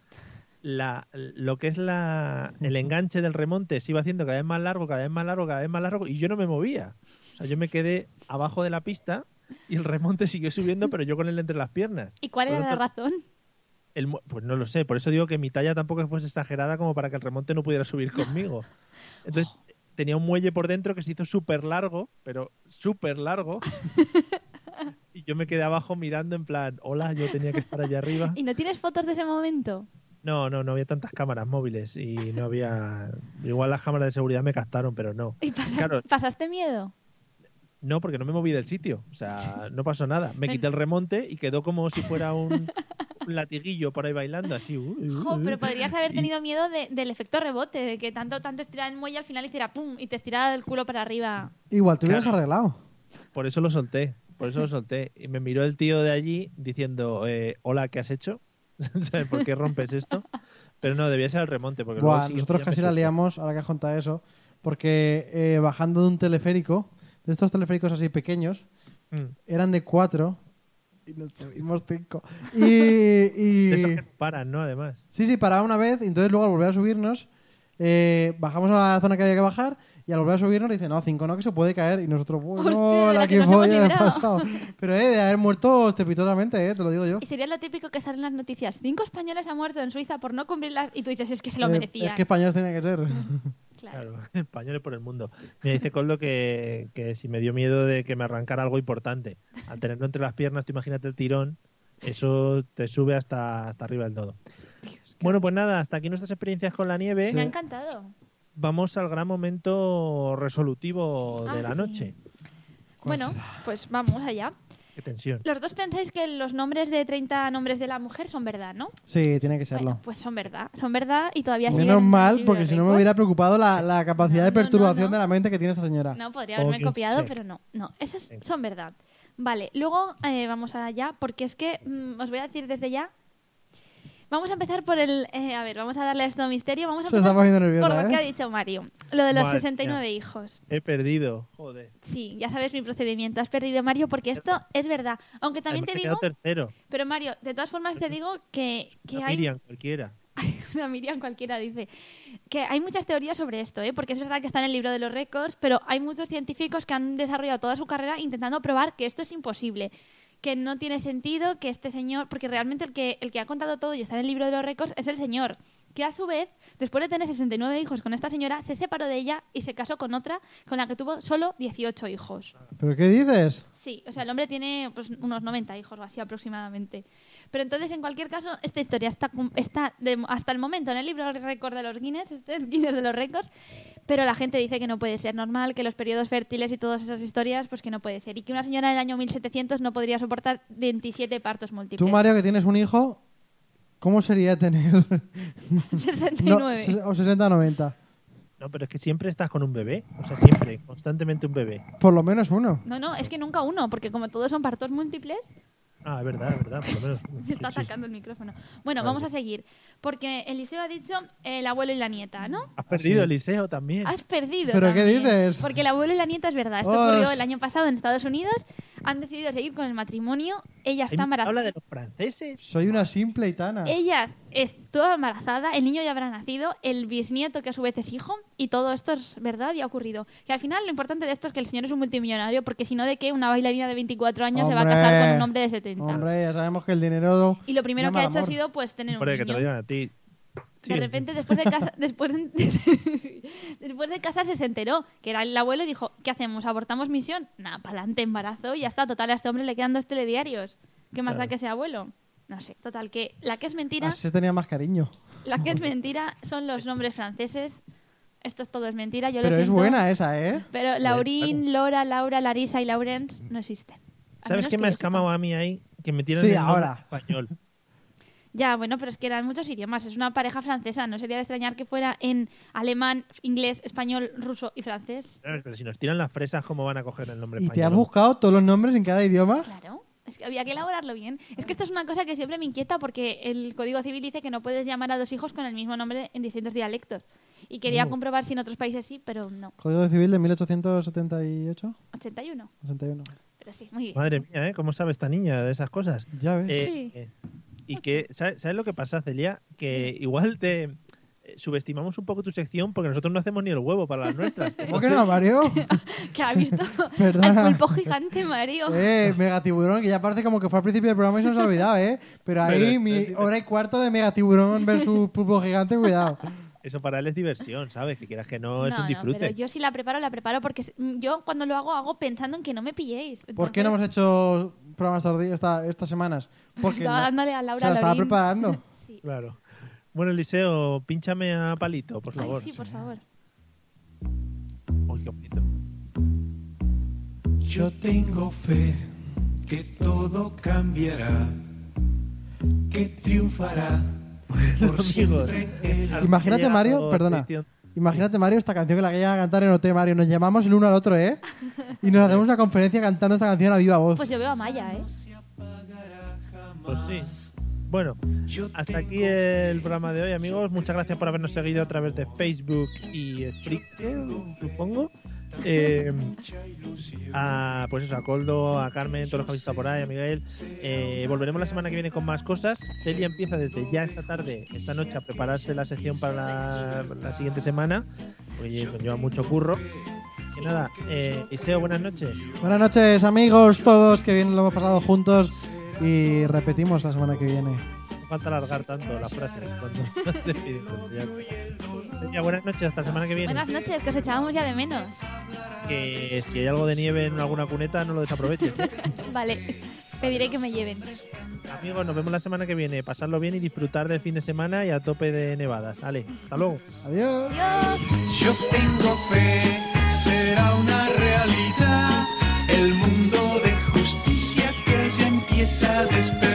La, lo que es la, el enganche del remonte se iba haciendo cada vez más largo, cada vez más largo, cada vez más largo, y yo no me movía. O sea, yo me quedé abajo de la pista y el remonte siguió subiendo, pero yo con él entre las piernas.
¿Y cuál
Por
era
lo
la
tanto,
razón?
el mu- pues no lo sé, por eso digo que mi talla tampoco fuese exagerada como para que el remonte no pudiera subir conmigo. Entonces tenía un muelle por dentro que se hizo súper largo, pero súper largo. Y yo me quedé abajo mirando en plan, hola, yo tenía que estar allá arriba.
¿Y no tienes fotos de ese momento?
No, no, no había tantas cámaras móviles y no había... Igual las cámaras de seguridad me captaron, pero no.
¿Y pasas-
Claro.
pasaste miedo?
No, porque no me moví del sitio. O sea, no pasó nada. Me quité el remonte y quedó como si fuera un, un latiguillo por ahí bailando, así. uh, uh,
Jo, pero
uh.
podrías haber
Y-
tenido miedo de- del efecto rebote, de que tanto, tanto estirara el muelle al final hiciera pum y te estirara del culo para arriba.
Igual, te hubieras
Claro.
arreglado.
Por eso lo solté, por eso lo solté. Y me miró el tío de allí diciendo, eh, hola, ¿qué has hecho? ¿Sabes por qué rompes esto? Pero no, debía ser el remonte, porque
Buah,
luego el siguiente
nosotros
ya me
casi la
soltó.
liamos, ahora que has contado eso, porque eh, bajando de un teleférico, de estos teleféricos así pequeños,
Mm.
eran de cuatro y nos subimos cinco. Y, y-
De esos que no paran, ¿no? Además.
Sí, sí, paraba una vez, y entonces luego al volver a subirnos, eh, bajamos a la zona que había que bajar y al volver a subirnos le dicen, no, cinco no, que se puede caer. Y nosotros, bueno,
Hostia, de la que nos
polla
hemos
le ha
librado".
pasado. Pero eh, de haber muerto estrepitosamente, eh, te lo digo yo.
Y sería lo típico que salen las noticias. Cinco españoles han muerto en Suiza por no cumplir las... Y tú dices, es que se lo
Eh,
merecían.
es que españoles tenía que ser.
Claro.
Claro, españoles por el mundo. Me dice Coldo que, que si me dio miedo de que me arrancara algo importante. Al tenerlo entre las piernas, tú imagínate el tirón, eso te sube hasta, hasta arriba del todo. Bueno, pues nada, hasta aquí nuestras experiencias con la nieve.
Me ha
Sí.
encantado.
Vamos al gran momento resolutivo de la
Ay.
noche.
Bueno, pues vamos allá.
Qué tensión.
Los dos pensáis que los nombres de 30 nombres de la mujer son verdad, ¿no?
Sí, tiene que serlo.
Bueno, pues son verdad. Son verdad y todavía siguen en
Menos
el
mal,
libro
porque
de
si no me
récords.
hubiera preocupado la, la capacidad de
No, no, no,
perturbación
no.
de la mente que tiene esta señora.
No, podría haberme
Ah, Ok,
copiado,
sí.
pero no. No, esas
Venga.
son verdad. Vale, luego eh, vamos allá, porque es que mm, os voy a decir desde ya. Vamos a empezar por el. eh, a ver, vamos a darle a esto misterio. Vamos a
Se está
empezar
poniendo nerviosa,
por lo que
¿eh?
ha dicho Mario. Lo de los
Madre
69
mía.
hijos.
He perdido. Joder.
Sí, ya sabes mi procedimiento. Has perdido, Mario, porque esto es verdad. Aunque también
Además, he
te
quedado
digo.
tercero.
Pero Mario, de todas formas te digo que, que
Una
hay.
Miriam, cualquiera.
una Miriam cualquiera dice que hay muchas teorías sobre esto, ¿eh? porque es verdad que está en el libro de los récords, pero hay muchos científicos que han desarrollado toda su carrera intentando probar que esto es imposible, que no tiene sentido que este señor, porque realmente el que, el que ha contado todo y está en el libro de los récords es el señor, que a su vez, después de tener 69 hijos con esta señora, se separó de ella y se casó con otra con la que tuvo solo 18 hijos.
¿Pero qué dices?
Sí, o sea, el hombre tiene pues, unos 90 hijos o así aproximadamente. Pero entonces, en cualquier caso, esta historia está, cum- está de- hasta el momento en el libro récord de los Guinness, este es Guinness de los récords, pero la gente dice que no puede ser normal, que los periodos fértiles y todas esas historias, pues que no puede ser. Y que una señora en el año 1700 no podría soportar 27 partos múltiples.
Tú, Mario, que tienes un hijo, ¿Cómo sería tener no,
69.
ses- o 60 o 90?
No, pero es que siempre estás con un bebé. O sea, siempre, constantemente un bebé.
Por lo menos uno.
No, no, es que nunca uno, porque como todos son partos múltiples,
Ah, es verdad, es verdad, por lo menos.
me está
Sí, sí.
atacando el micrófono. Bueno, vamos a seguir, porque Eliseo ha dicho el abuelo y la nieta, ¿no?
Has
Ah,
perdido el liceo también.
Has perdido.
¿Pero qué
también,
dices?
Porque el abuelo y la nieta es verdad. Esto
Oh,
ocurrió
es-
el año pasado en Estados Unidos. Han decidido seguir con el matrimonio. Ella está
Habla
embarazada.
de los franceses.
Soy una simple itana.
Ella estuvo embarazada, el niño ya habrá nacido, el bisnieto que a su vez es hijo, y todo esto es verdad y ha ocurrido. Que al final lo importante de esto es que el señor es un multimillonario, porque si no, ¿de qué una bailarina de 24 años se va a
Hombre.
casar con un hombre de 70?
Hombre, ya sabemos que el dinero...
Y lo primero
llama
que ha
al
hecho ha
amor.
sido pues tener un
Hombre, que te lo
niño.
digan a ti. Sí.
De repente después de casa, después de, después de casarse se enteró que era el abuelo y dijo, ¿qué hacemos? ¿Abortamos misión? Nada, pa'lante, embarazo y ya está. Total, a este hombre le quedan dos telediarios. ¿Qué más da que sea abuelo? No sé, total, que la que es mentira...
Ah,
Así se tenía más cariño.
La que es mentira son los nombres franceses. Esto es todo es mentira, yo lo
Pero es
siento.
buena esa, ¿eh?
Pero Laurín, Lora, Laura, Larisa y Laurens no existen. Al
¿Sabes
menos
qué me
que
ha
yo sepa.
escamado a mí ahí? Que metieron
Sí,
el nombre
ahora.
en español.
Ya, bueno, pero es que eran muchos idiomas. Es una pareja francesa. No sería de extrañar que fuera en alemán, inglés, español, ruso y francés.
Claro, Pero si nos tiran las fresas, ¿cómo van a coger el nombre
¿Y
español?
te has buscado todos los nombres en cada idioma?
Claro. Es que había que elaborarlo bien. Es que esto es una cosa que siempre me inquieta porque el Código Civil dice que no puedes llamar a dos hijos con el mismo nombre en distintos dialectos. Y
Mm.
quería comprobar si en otros países sí, pero no.
Código Civil de 1878,
81.
81.
Pero sí, muy bien.
Madre mía, ¿eh? ¿Cómo sabe esta niña de esas cosas?
Ya ves.
Eh,
Sí.
eh, y que, ¿sabes, sabes lo que pasa, Celia? Que igual te eh, subestimamos un poco tu sección porque nosotros no hacemos ni el huevo para las nuestras.
¿Cómo que no, Mario?
que ha visto
Perdona.
al pulpo gigante, Mario.
eh, Megatiburón, que ya parece como que fue al principio del programa y se nos ha olvidado, ¿eh? Pero ahí
Pero es-
mi
es-
hora y cuarto de Megatiburón versus Pulpo Gigante, cuidado.
Eso para él es diversión, ¿sabes? Que quieras que no, es un disfrute.
pero yo si la preparo, la preparo porque s- mm, yo cuando lo hago, hago pensando en que no me pilléis.
¿Por qué no hemos
Entonces,
hecho programas tardi- esta- estas semanas? Porque
Estaba
no-
dándole a Laura
Se la estaba
Lorín.
preparando.
Sí.
Claro. Bueno, Eliseo, pínchame a palito, por
Ay,
favor.
sí, por favor.
Uy, qué bonito.
Yo tengo fe que todo cambiará, que triunfará por siempre el amor.
Imagínate,
Llegado,
Mario, perdona.
Cristian.
Imagínate, Mario, esta canción que la que llega a cantar en OT, Mario. Nos llamamos el uno al otro, ¿eh? Y nos hacemos una conferencia cantando esta canción a viva voz.
Pues yo veo a Maya, ¿eh?
Pues sí. Bueno, hasta aquí el programa de hoy, amigos. Muchas gracias por habernos seguido a través de Facebook y Spreaker, supongo. Eh, a, pues eso, a Coldo, a Carmen, todos los que habéis estado por ahí, a Miguel. Eh, volveremos la semana que viene con más cosas. Celia empieza desde ya esta tarde, esta noche, a prepararse la sección para la, la siguiente semana. Oye, lleva mucho curro. Y nada, eh, Iseo, buenas noches.
Buenas noches, amigos, todos que bien lo hemos pasado juntos. Y repetimos la semana que viene.
No falta alargar tanto las frases cuando se despiden, pues ya. Celia, buenas noches, hasta la semana que viene.
Buenas noches, que os echábamos ya de menos.
Que si hay algo de nieve en alguna cuneta, no lo desaproveches. ¿eh?
Vale, pediré que me lleven.
Amigos, nos vemos la semana que viene. Pasadlo bien y disfrutar del fin de semana y a tope de nevadas. Ale, hasta luego.
Adiós.
Adiós.
Yo tengo fe, será una realidad. El mundo de justicia que ya empieza a despertar.